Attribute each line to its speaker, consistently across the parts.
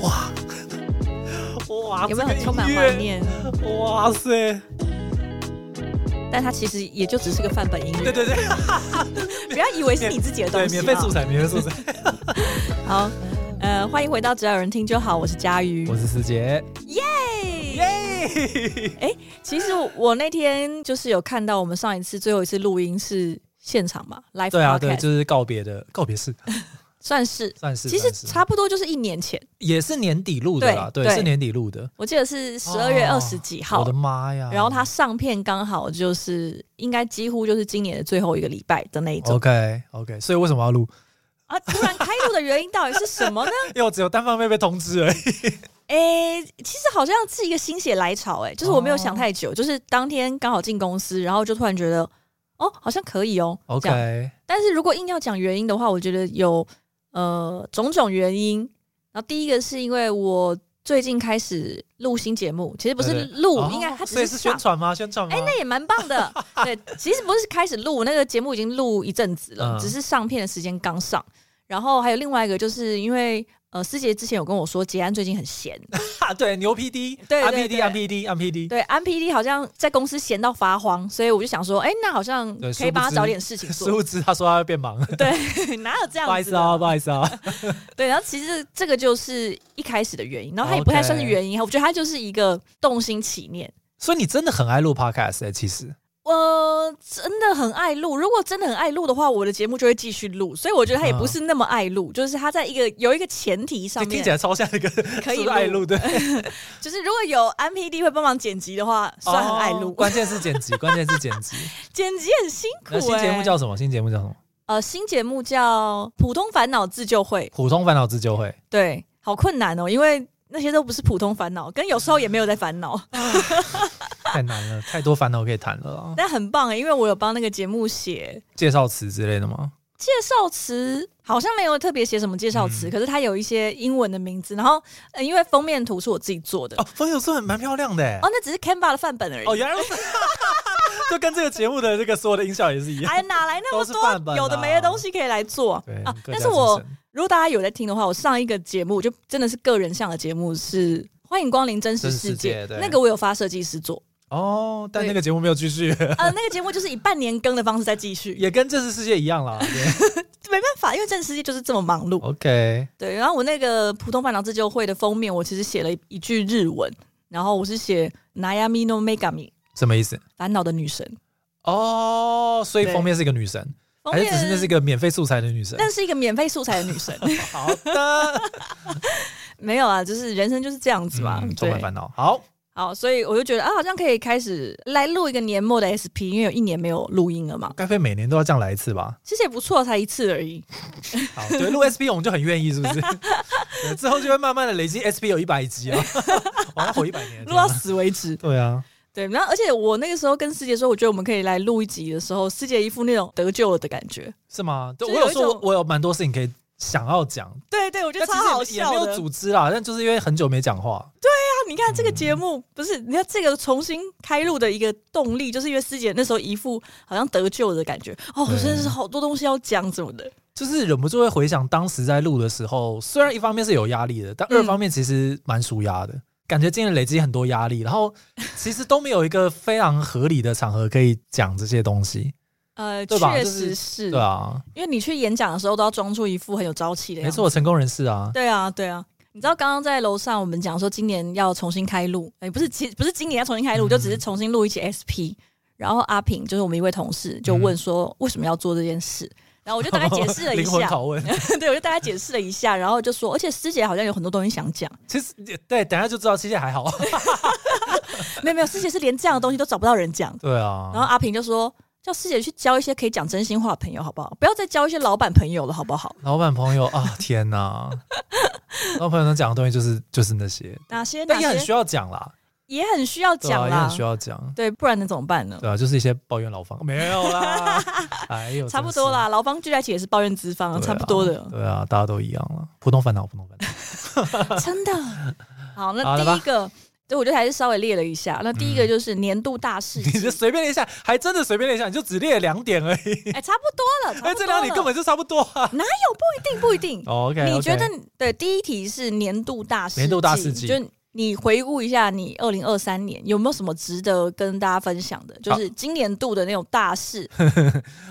Speaker 1: 哦
Speaker 2: 哇，
Speaker 3: 有没有很
Speaker 2: 这个
Speaker 3: 充满
Speaker 2: 音乐
Speaker 3: 怀？念？
Speaker 2: 哇塞，
Speaker 3: 但它其实也就只是个范本音
Speaker 2: 对
Speaker 3: 乐，
Speaker 2: 对对
Speaker 3: 不要以为是你自己的东
Speaker 2: 对，
Speaker 3: 西、啊。
Speaker 2: 免费素材，免费素材。
Speaker 3: 好，呃，欢迎回到只要有人听就好，我是佳瑜。
Speaker 1: 我是师姐，
Speaker 3: 嘿
Speaker 2: 耶！
Speaker 3: 其实我那天就是有看到我们上一次最后一次录音是现场嘛，live podcast，
Speaker 1: 对啊，对，就是告别的告别式，
Speaker 3: 算是，
Speaker 1: 算是
Speaker 3: 其实
Speaker 1: 算是
Speaker 3: 差不多就是一年前，
Speaker 1: 也是年底录的啦，
Speaker 3: 对
Speaker 1: 对，
Speaker 3: 对
Speaker 1: 是年底录的。
Speaker 3: 我记得是十二月
Speaker 1: 哦
Speaker 3: 二十几号。
Speaker 1: 我的妈呀！
Speaker 3: 然后它上片刚好就是应该几乎就是今年的最后一个礼拜的那一种
Speaker 1: OK OK，所以为什么要录？
Speaker 3: 啊！突然开录的原因到底是什么呢？
Speaker 1: 因为我只有单方面被通知 而已。
Speaker 3: 诶、其实好像是一个心血来潮、诶，就是我没有
Speaker 1: 哦
Speaker 3: 想太久，就是当天刚好进公司，然后就突然觉得，哦，好像可以哦、这样。
Speaker 1: OK，
Speaker 3: 但是如果硬要讲原因的话，我觉得有呃种种原因。然后第一个是因为我最近开始录新节目，其实不是
Speaker 1: 对对
Speaker 3: 录，
Speaker 1: 哦
Speaker 3: 应该它只
Speaker 1: 所以是宣
Speaker 3: 上。
Speaker 1: 传吗？宣传吗？
Speaker 3: 哎、那也蛮棒 的。对，其实不是开始录那个节目，已经录一阵子
Speaker 1: 嗯
Speaker 3: 了，只是上片的时间刚上。然后还有另外一个，就是因为呃，师姐之前有跟我说，杰安最近很闲，
Speaker 1: 哈对牛 PD，
Speaker 3: 对
Speaker 1: 安
Speaker 3: 对
Speaker 1: PD 安 PD 安 PD，
Speaker 3: 对，安 PD 好像在公司闲到发慌，所以我就想说，哎、那好像
Speaker 1: 对
Speaker 3: 可以帮
Speaker 1: 殊不
Speaker 3: 他
Speaker 1: 知
Speaker 3: 找点事情
Speaker 1: 殊
Speaker 3: 做。
Speaker 1: 不知他说他要变忙，
Speaker 3: 对， 哪有这
Speaker 1: 不好
Speaker 3: 样
Speaker 1: 意
Speaker 3: 子
Speaker 1: 思啊，
Speaker 3: 的？
Speaker 1: 不好意思啊。
Speaker 3: 对，然后其实这个就是一开始的原因，然后它也不
Speaker 1: 哦 OK
Speaker 3: 太算是原因我觉得它就是一个动心起念。
Speaker 1: 所以你真的很爱录 Podcast 哎，其实
Speaker 3: 我、真的很爱录，如果真的很爱录的话，我的节目就会继续录，所以我觉得它也不是那么爱录，就是它在一个有一个前提上
Speaker 1: 听嗯听
Speaker 3: 面
Speaker 1: 起，来超像一个
Speaker 3: 可 以
Speaker 1: 是不是爱
Speaker 3: 录
Speaker 1: 录的，
Speaker 3: 就是如果有 M P D 会帮忙剪辑的话， 算很爱录。
Speaker 1: 哦关键是剪辑，关键是剪 辑。
Speaker 3: 剪辑很辛苦、
Speaker 1: 那
Speaker 3: 欸。
Speaker 1: 新节目叫什么？新节目叫什么？
Speaker 3: 呃，新节目叫《普通烦恼自救会》，
Speaker 1: 普通烦恼自救会。
Speaker 3: 对，好困难哦，因为那些都不是普通烦恼，跟有时候也没有在烦 恼。
Speaker 1: 太难了，太多烦恼可以谈了啦。
Speaker 3: 但很棒欸，因为我有帮那个节目写
Speaker 1: 介绍词之类的吗？
Speaker 3: 介绍词，好像没有特别写什么介绍
Speaker 1: 嗯
Speaker 3: 词，可是它有一些英文的名字。然后，呃、因为封面图是我自己做的，
Speaker 1: 哦
Speaker 3: 哦，
Speaker 1: 风友是很蛮漂亮的欸。
Speaker 3: 那只是 Canva 的范本而已。
Speaker 1: 哦，原来如此， 就跟这个节目的这个所有的音效也是一样。
Speaker 3: 哎，哪来那么
Speaker 1: 都是范
Speaker 3: 多
Speaker 1: 本啊
Speaker 3: 有的没的东西可以来做
Speaker 1: 对
Speaker 3: 啊？
Speaker 1: 各
Speaker 3: 但
Speaker 1: 家
Speaker 3: 是我
Speaker 1: 精神
Speaker 3: 如果大家有在听的话，我上一个节目就真的是个人向的节目是《欢迎光临真实
Speaker 1: 真实
Speaker 3: 世界》
Speaker 1: 世界对
Speaker 3: 那个我有发设计师做，
Speaker 1: 哦，但
Speaker 3: 对
Speaker 1: 那个节目没有继续，
Speaker 3: 呃，那个节目就是以半年更的方式在 继续，
Speaker 1: 也跟真实世界一样 啦。对
Speaker 3: 没办法，因为真实世界就是这么忙
Speaker 1: 哦
Speaker 3: 碌。
Speaker 1: OK，
Speaker 3: 对，然后我那个普通烦恼自救会的封面，我其实写了一一句日文，然后我是写 Nayami no Megami，
Speaker 1: 什么意思？
Speaker 3: 烦恼的女神。
Speaker 1: 哦，所以
Speaker 3: 对
Speaker 1: 封面是一个女神，
Speaker 3: 封
Speaker 1: 还是
Speaker 3: 面
Speaker 1: 只是那是一个免费素材的女神？
Speaker 3: 那是一个免费素材的 女神，
Speaker 1: 好的，
Speaker 3: 没有啊，就是人生 就是这样子嘛。
Speaker 1: 嗯充满
Speaker 3: 对，
Speaker 1: 烦恼。好，
Speaker 3: 好，所以我就觉得啊，好像可以开始来录一个年末的 SP，因为有一年没有录音了嘛，
Speaker 1: 该不会每年都要这样来一次吧？
Speaker 3: 其实也不错，才一次而已。
Speaker 1: 好，对，录 SP 我们就很愿意，是不 是？对之后就会慢慢的累积 SP 有一百集啊， 我要活一百年。
Speaker 3: 录到死为止。
Speaker 1: 对啊，
Speaker 3: 对，然后而且我那个时候跟师姐说，我觉得我们可以来录一集的时候，师姐一副那种得救了的感觉。
Speaker 1: 是吗？对，
Speaker 3: 就
Speaker 1: 我
Speaker 3: 有
Speaker 1: 有
Speaker 3: 一
Speaker 1: 说
Speaker 3: 种
Speaker 1: 我有蛮多事情可以想要讲，
Speaker 3: 对对，我觉得
Speaker 1: 但
Speaker 3: 超
Speaker 1: 其
Speaker 3: 好
Speaker 1: 实也
Speaker 3: 笑
Speaker 1: 也没
Speaker 3: 的。
Speaker 1: 有组织啦，但就是因为很久没讲话，
Speaker 3: 你看这个
Speaker 1: 嗯
Speaker 3: 节目、不是，你看这个重新开录的一个动力，就是因为师姐那时候一副好像得救的感觉。哦，我
Speaker 1: 对
Speaker 3: 真的是好多东西要讲什么的。
Speaker 1: 就是忍不住会回想当时在录的时候，虽然一方面是有压力的，但
Speaker 3: 嗯
Speaker 1: 二方面其实蛮舒压的。感觉今天累积很多压力，然后其实都没有一个非常合理的场合可以讲这些东西，
Speaker 3: 呃，
Speaker 1: 对吧
Speaker 3: 确
Speaker 1: 就
Speaker 3: 实
Speaker 1: 是
Speaker 3: 是，
Speaker 1: 对啊，
Speaker 3: 因为你去演讲的时候都要装出一副很有朝气的
Speaker 1: 没
Speaker 3: 样子。
Speaker 1: 错，成功人士啊，
Speaker 3: 对啊，对啊。你知道刚刚在楼上我们讲说今年要重新开录，哎、不是其不是今年要重新开录，
Speaker 1: 嗯
Speaker 3: 就只是重新录一期 SP。然后阿平就是我们一位同事
Speaker 1: 嗯
Speaker 3: 就问说为什么要做这件事，然后我就大概解释了一
Speaker 1: 灵魂
Speaker 3: 下，
Speaker 1: 拷 问，
Speaker 3: 对，我就大概解释了一下，然后就说，而且师姐好像有很多东西想讲，
Speaker 1: 其实对，等一下就知道，其实还 好，
Speaker 3: 没有没有，师姐是连这样的东西都找不到人讲。
Speaker 1: 对啊，
Speaker 3: 然后阿平就说，叫师姐去交一些可以讲真心话的朋友好不好？不要再交一些老板朋友了好不好？
Speaker 1: 老板朋友啊， 天哪！老板朋友能讲的东西就是就是那些，
Speaker 3: 哪些哪
Speaker 1: 但也很
Speaker 3: 些
Speaker 1: 需要讲啦，
Speaker 3: 也很需要
Speaker 1: 对啊，
Speaker 3: 讲
Speaker 1: 也
Speaker 3: 啦
Speaker 1: 很需，要讲，
Speaker 3: 对，不然能怎么办呢？
Speaker 1: 对啊，就是一些抱怨老方没有 啦，哎呦，
Speaker 3: 差不
Speaker 1: 真
Speaker 3: 多
Speaker 1: 是
Speaker 3: 啦，劳方聚在一起也是抱怨资方啊，
Speaker 1: 对啊
Speaker 3: 差不多 的，
Speaker 1: 对啊，大家都一样了，普通烦恼，普通 烦恼。
Speaker 3: 真的。好，
Speaker 1: 好
Speaker 3: 那
Speaker 1: 来吧嗯
Speaker 3: 第一个，对，我就还是稍微列了一下。那第一个就是年度大事
Speaker 1: 你
Speaker 3: 记，
Speaker 1: 就随便列一下，还真的随便列一下，你就只列了两点而已，
Speaker 3: 哎，差不多了，差
Speaker 1: 哎，
Speaker 3: 不
Speaker 1: 这
Speaker 3: 多了，
Speaker 1: 两点根本就差不多啊。
Speaker 3: 哪有不一定，不一定。
Speaker 1: OK，
Speaker 3: 你觉得对第一题是年度大事？
Speaker 1: 年度大事记
Speaker 3: 就是你回顾一下你二零二三年有没有什么值得跟大家分享的？就是今年度的那种大事，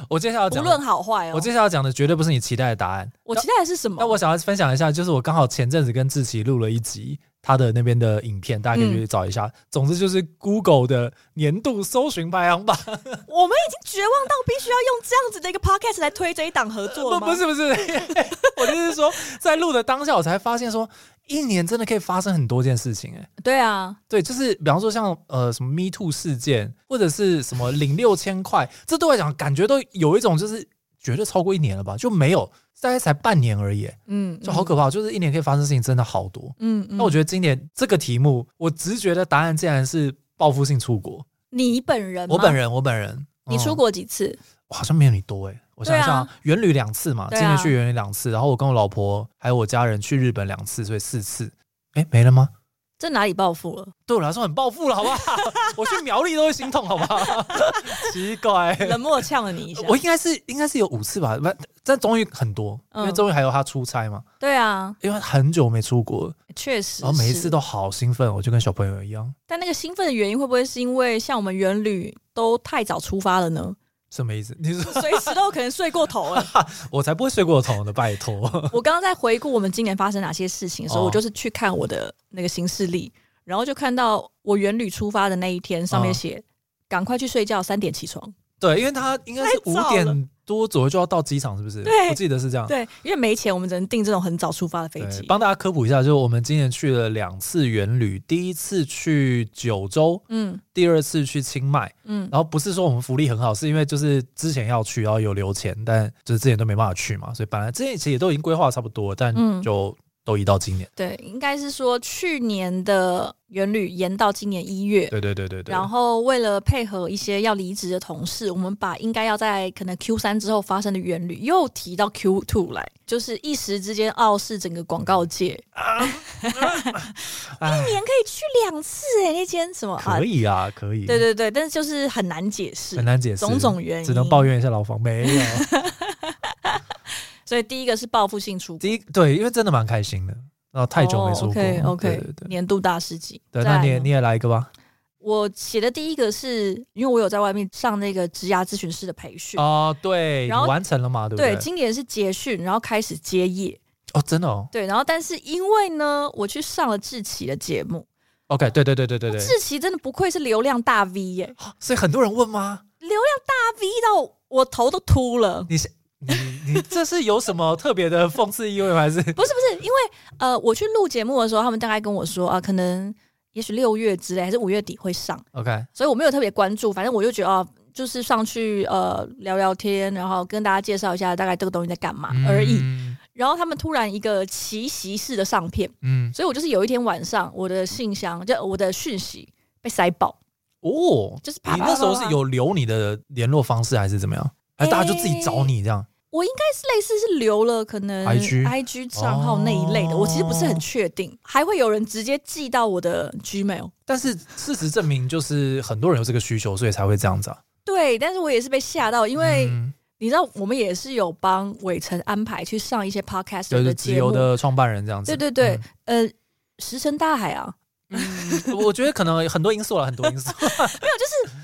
Speaker 1: 我接下来要
Speaker 3: 无
Speaker 1: 讲的，
Speaker 3: 论好坏哦。
Speaker 1: 我接下来要讲的绝对不是你期待的答案。
Speaker 3: 我
Speaker 1: 那
Speaker 3: 期待的是什么
Speaker 1: 那？我想要分享一下，就是我刚好前阵子跟志奇录了一集他的那边的影片，大家可以去找一下。总之就是 Google 的年度搜寻排行榜，
Speaker 3: 我们已经绝望到必须要用这样子的一个 podcast 来推这一档合作
Speaker 1: 不
Speaker 3: 了
Speaker 1: 不
Speaker 3: 吗？
Speaker 1: 是不是，我就是说在录的当下，我才发现说一年真的可以发生很多件事情、欸，哎。
Speaker 3: 对啊，
Speaker 1: 对，就是比方说像呃什么 Me Too 事件，或者是什么领六千块，这对我来讲感觉都有一种就是绝对超过一年了吧，就没有，大概才半年而已，欸
Speaker 3: 嗯，
Speaker 1: 就好可怕。就是一年可以发生的事情真的好多。
Speaker 3: 嗯。嗯，
Speaker 1: 那我觉
Speaker 3: 得
Speaker 1: 得今年这个题目，我直觉的答案竟然是报复性出国。
Speaker 3: 你本人，
Speaker 1: 我本，人，我本人，
Speaker 3: 你出
Speaker 1: 嗯、
Speaker 3: 国几次？
Speaker 1: 我好像没有你多哎。我想一
Speaker 3: 对
Speaker 1: 下
Speaker 3: 啊
Speaker 1: 啊，远旅两次嘛，
Speaker 3: 对
Speaker 1: 今
Speaker 3: 啊
Speaker 1: 年去远旅两次，然后我跟我老婆还有我家人去日本两次，所以四次。哎，没了吗？
Speaker 3: 这哪里暴富了？
Speaker 1: 对我来说很暴富了，好 不好？我去苗栗都会心痛，好不 好？奇怪，
Speaker 3: 冷漠呛了你一下。
Speaker 1: 我应该是应该是有五次吧，不，但终于很多，因为
Speaker 3: 嗯
Speaker 1: 终于还有他出差嘛，
Speaker 3: 对啊，
Speaker 1: 因为很久没出国了，
Speaker 3: 确实。
Speaker 1: 然后哦每一次，都好兴奋，我就跟小朋友一样，
Speaker 3: 但那个兴奋的原因会不会是因为像我们元旅都太早出发了呢？
Speaker 1: 什么意思？你说
Speaker 3: 随时都有可能睡过头 了。
Speaker 1: 我才不会睡过头呢，拜 托。
Speaker 3: 我刚刚在回顾我们今年发生哪些事情的时候，
Speaker 1: 哦
Speaker 3: 我就是去看我的那个行事历，然后就看到我远旅出发的那一天，
Speaker 1: 哦
Speaker 3: 上面写“赶快去睡觉，三点起床
Speaker 1: 对，因为他应该是
Speaker 3: 太
Speaker 1: 五
Speaker 3: 早了
Speaker 1: 点多左右就要到机场，是不是？
Speaker 3: 对
Speaker 1: 我记得是这”。样。
Speaker 3: 对，因为没钱，我们只能订这种很早出发的飞
Speaker 1: 哦对
Speaker 3: 机。
Speaker 1: 帮大家科普一下，就是我们今年去了两次远旅，第一次去九州，
Speaker 3: 嗯
Speaker 1: 第二次去清迈。
Speaker 3: 嗯，
Speaker 1: 然后不是说我们福利很好，是因为就是之前要去，然后有留钱，但就是之前都没办法去嘛，所以本来之前其实也都已经规划得差不多，但
Speaker 3: 嗯
Speaker 1: 就都移到今年。
Speaker 3: 对，应该是说去年的远旅延到今年一月。
Speaker 1: 对对对对对。
Speaker 3: 然后为了配合一些要离职的同事，我们把应该要在可能 Q 三之后发生的远旅又提到 Q two 来，就是一时之间傲视整个广告界。
Speaker 1: 哎
Speaker 3: 一年可以去两次哎、那间什么啊
Speaker 1: 可？以啊，可以。
Speaker 3: 对对对，但是就是很难解释
Speaker 1: 很，难解释，
Speaker 3: 种种原因，
Speaker 1: 只能抱。怨一下老房没有。
Speaker 3: 所以第一个是报复性出国，
Speaker 1: 第一对，因为真的蛮开心的，然后太久没出国了。
Speaker 3: o k
Speaker 1: 对
Speaker 3: 哦 OK，
Speaker 1: 对对。
Speaker 3: 年度大事记。
Speaker 1: 对，
Speaker 3: 再来
Speaker 1: 那你也
Speaker 3: 呢
Speaker 1: 你也来一个吧。
Speaker 3: 我写的第一个是因为我有在外面上那个职涯咨询师的培训，
Speaker 1: 哦，对，你
Speaker 3: 然后
Speaker 1: 完成了嘛？对不
Speaker 3: 对，今年是结训，然后开始接业，
Speaker 1: 哦，真的哦。
Speaker 3: 对，然后但是因为呢，我去上了志奇的节目，
Speaker 1: OK，对对对对对对。
Speaker 3: 志奇真的不愧是流量大 V 耶、
Speaker 1: 所以很多人问吗？
Speaker 3: 流量大 V 到我头都 秃了。
Speaker 1: 你是你你这是有什么特别的讽刺意味吗？还是
Speaker 3: 不是不是，因为呃，我去录节目的时候，他们大概跟我说啊、可能也许六月之类，还是五月底会上，
Speaker 1: OK？
Speaker 3: 所以我没有特别关注，反正我就觉得啊。就是上去呃聊聊天，然后跟大家介绍一下大概这个东西在干嘛 而已。
Speaker 1: 嗯
Speaker 3: 然后他们突然一个奇袭式的上片，
Speaker 1: 嗯，
Speaker 3: 所以我就是有一天晚上我的信箱就我的讯息被塞爆，
Speaker 1: 哦，
Speaker 3: 就是啪
Speaker 1: 你
Speaker 3: 啪啪
Speaker 1: 那时候
Speaker 3: 啪
Speaker 1: 是
Speaker 3: 啪
Speaker 1: 有留你的联络方式还是怎么样？哎，
Speaker 3: 哎
Speaker 1: 大家就自己找你这样。
Speaker 3: 我应该是类似是留了可能
Speaker 1: IG
Speaker 3: IG 账号那一类的，
Speaker 1: 哦
Speaker 3: 我其实不是很确定，还会有人直接寄到我的 Gmail。
Speaker 1: 但是事实证明，就是很多人有这个需求，所以才会这样子啊。
Speaker 3: 对，但是我也是被吓到，因为
Speaker 1: 嗯
Speaker 3: 你知道，我们也是有帮伟成安排去上一些 podcast
Speaker 1: 就是
Speaker 3: 的
Speaker 1: 自
Speaker 3: 节
Speaker 1: 由
Speaker 3: 目，
Speaker 1: 的创办人这样子。
Speaker 3: 对对对，呃，石沉大海啊，
Speaker 1: 嗯，我觉得可能很多因素了，很多 因素。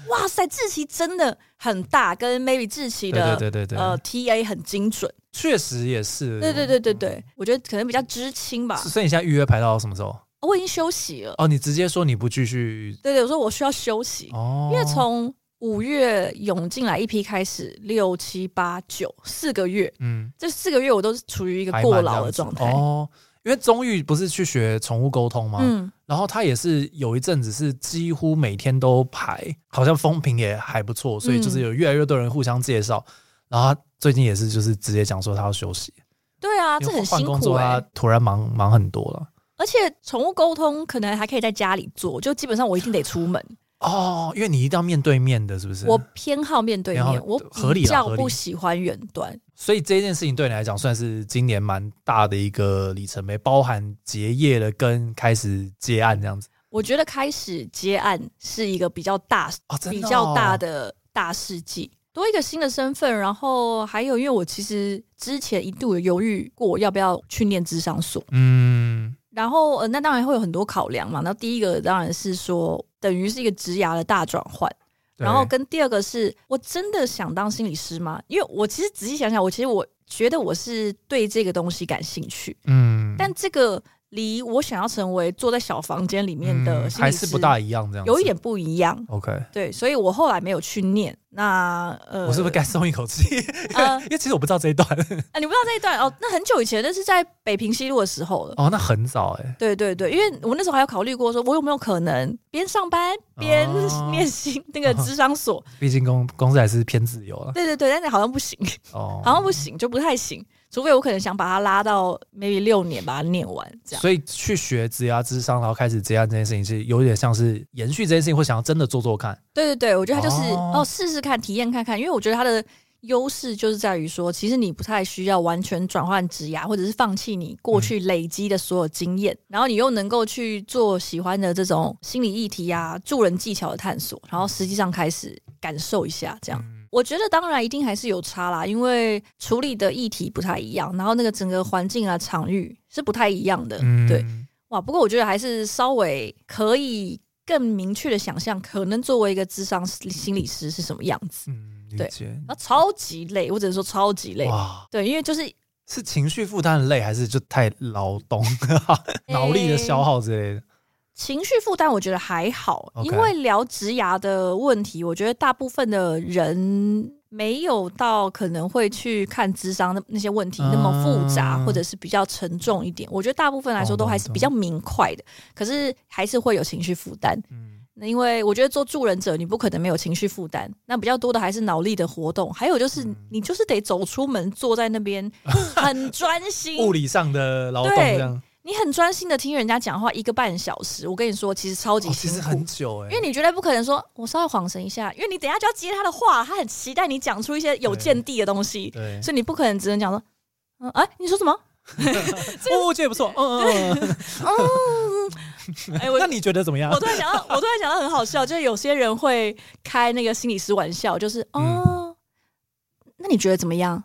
Speaker 3: 哇塞，志奇真的很大，跟 maybe 志奇
Speaker 1: 对
Speaker 3: 的
Speaker 1: 对对对对，
Speaker 3: 呃 TA 很精准，
Speaker 1: 确实也是。
Speaker 3: 对对对对对，我觉得可能比较知青吧
Speaker 1: 是。，所以你现在预约排到什么时候？
Speaker 3: 哦我已经休息了，
Speaker 1: 哦，你直接说你不继续
Speaker 3: 对对，我说我需要休息，
Speaker 1: 哦，
Speaker 3: 因为从五月涌进来一批开始，六七八九四个月，
Speaker 1: 嗯。
Speaker 3: 这四个月我都是处于一个
Speaker 1: 还
Speaker 3: 过
Speaker 1: 蛮这
Speaker 3: 劳
Speaker 1: 样
Speaker 3: 的
Speaker 1: 子
Speaker 3: 状态，
Speaker 1: 哦，因为钟玉不是去学宠物沟通吗？
Speaker 3: 嗯。
Speaker 1: 然后他也是有一阵子是几乎每天都排，好像风评也还不错，所以
Speaker 3: 嗯
Speaker 1: 就是有越来越多人互相介绍。然后他最近也是就是直接讲说他要休息，
Speaker 3: 对啊，
Speaker 1: 因
Speaker 3: 这
Speaker 1: 为
Speaker 3: 很
Speaker 1: 换
Speaker 3: 辛
Speaker 1: 工
Speaker 3: 苦
Speaker 1: 作啊
Speaker 3: 哎、
Speaker 1: 他突然忙忙很多了。
Speaker 3: 而且宠物沟通可能还可以在家里做，就基本上我一定得出门。
Speaker 1: 哦，因为你一定要面啊对面的，是不是？
Speaker 3: 我偏好面对
Speaker 1: 偏
Speaker 3: 面
Speaker 1: 好，
Speaker 3: 我
Speaker 1: 合理
Speaker 3: 比
Speaker 1: 啦
Speaker 3: 较
Speaker 1: 合理
Speaker 3: 不喜欢远端。
Speaker 1: 所以这件事情对你来讲算是今年蛮大的一个里程碑，包含结业了跟开始接案这样子。
Speaker 3: 我觉得开始接案是一个比较大、
Speaker 1: 哦，真的、
Speaker 3: 比较大。的大事迹，多一个新的身份。然后还有，因为我其实之前一度有犹豫过要不要去念智商所，
Speaker 1: 嗯，
Speaker 3: 然后呃，那当然会有很多考量嘛。那第一个当然是说，等于是一个职涯的大转换。
Speaker 1: 对
Speaker 3: 然后跟第二个是我真的想当心理师吗？因为我其实仔细想想，我其实我觉得我是对这个东西感兴趣，
Speaker 1: 嗯，
Speaker 3: 但这个离我想要成为坐在小房间里面的
Speaker 1: 嗯
Speaker 3: 心理师、
Speaker 1: 还是不大一样，这样子
Speaker 3: 有一点不一样。
Speaker 1: OK。
Speaker 3: 对，所以我后来没有去念。那呃，
Speaker 1: 我是不是该松一口气？
Speaker 3: 呃
Speaker 1: 因为其实我不知道这一段
Speaker 3: 啊，你不知道这一段哦？那很久以前，那是在北平西路的时候了。
Speaker 1: 哦，那很早哎、
Speaker 3: 对对对，因为我那时候还有考虑过，说我有没有可能边上班边
Speaker 1: 哦
Speaker 3: 念心那个智商 所？
Speaker 1: 毕竟公公司还是偏自由了
Speaker 3: 对对对，但是好像不行，
Speaker 1: 哦。
Speaker 3: 好像不行，就不太行。除非我可能想把它拉到 maybe 六年把它念完，这样
Speaker 1: 所以去学职涯智商，然后开始职涯这件事情，是有点像是延续这件事情，或想要真的做做看。
Speaker 3: 对对对，我觉得它就是
Speaker 1: 哦
Speaker 3: 哦试试看，体验看看，因为我觉得它的优势就是在于说，其实你不太需要完全转换职涯，或者是放弃你
Speaker 1: 嗯
Speaker 3: 过去累积的所有经验，然后你又能够去做喜欢的这种心理议题啊、助人技巧的探索，然后实际上开始感受一下这
Speaker 1: 嗯
Speaker 3: 样。我觉得当然一定还是有差啦，因为处理的议题不太一样，然后那个整个环境啊、场域是不太一样的，
Speaker 1: 嗯，
Speaker 3: 对。哇，不过我觉得还是稍微可以更明确的想象，可能作为一个智商心理师是什么样子。
Speaker 1: 嗯，理
Speaker 3: 对
Speaker 1: 解。
Speaker 3: 然后超级累，我只能说超级累。
Speaker 1: 哇，
Speaker 3: 对，因为就是
Speaker 1: 是情绪负担很累，还是就太劳动、 脑力的消耗之类的？
Speaker 3: 情绪负担，我觉得还好
Speaker 1: OK
Speaker 3: 因为聊职涯的问题，我觉得大部分的人没有到可能会去看智商的那些问题
Speaker 1: 嗯
Speaker 3: 那么复杂，或者是比较沉重一点。我觉得大部分来说
Speaker 1: 懂
Speaker 3: 都还
Speaker 1: 懂
Speaker 3: 是
Speaker 1: 懂
Speaker 3: 比较明快的，可是还是会有情绪负担。
Speaker 1: 嗯，
Speaker 3: 那因为我觉得做助人者，你不可能没有情绪负担，那比较多的还是脑力的活动，还有就是
Speaker 1: 嗯
Speaker 3: 你就是得走出门，坐在那边 很专心，
Speaker 1: 物理上的劳动
Speaker 3: 对
Speaker 1: 这样，
Speaker 3: 你很专心的听人家讲话一个半小时，我跟你说，其实超级
Speaker 1: 哦，其
Speaker 3: 辛
Speaker 1: 实
Speaker 3: 苦。
Speaker 1: 很久哎、
Speaker 3: 因为你绝对不可能说，我稍微晃神一下，因为你等一下就要接他的话，他很期待你讲出一些有见地的东西，
Speaker 1: 对，
Speaker 3: 所以你不可能只能讲说，嗯，哎、你说什么？
Speaker 1: 哦，这也不错，嗯嗯 嗯
Speaker 3: 哎、
Speaker 1: 嗯。
Speaker 3: 我
Speaker 1: 那你觉得怎么样
Speaker 3: 我？突然想到，我突然想到很好笑，就是有些人会开那个心理师玩笑，就是
Speaker 1: 嗯
Speaker 3: 哦，那你觉得怎么样？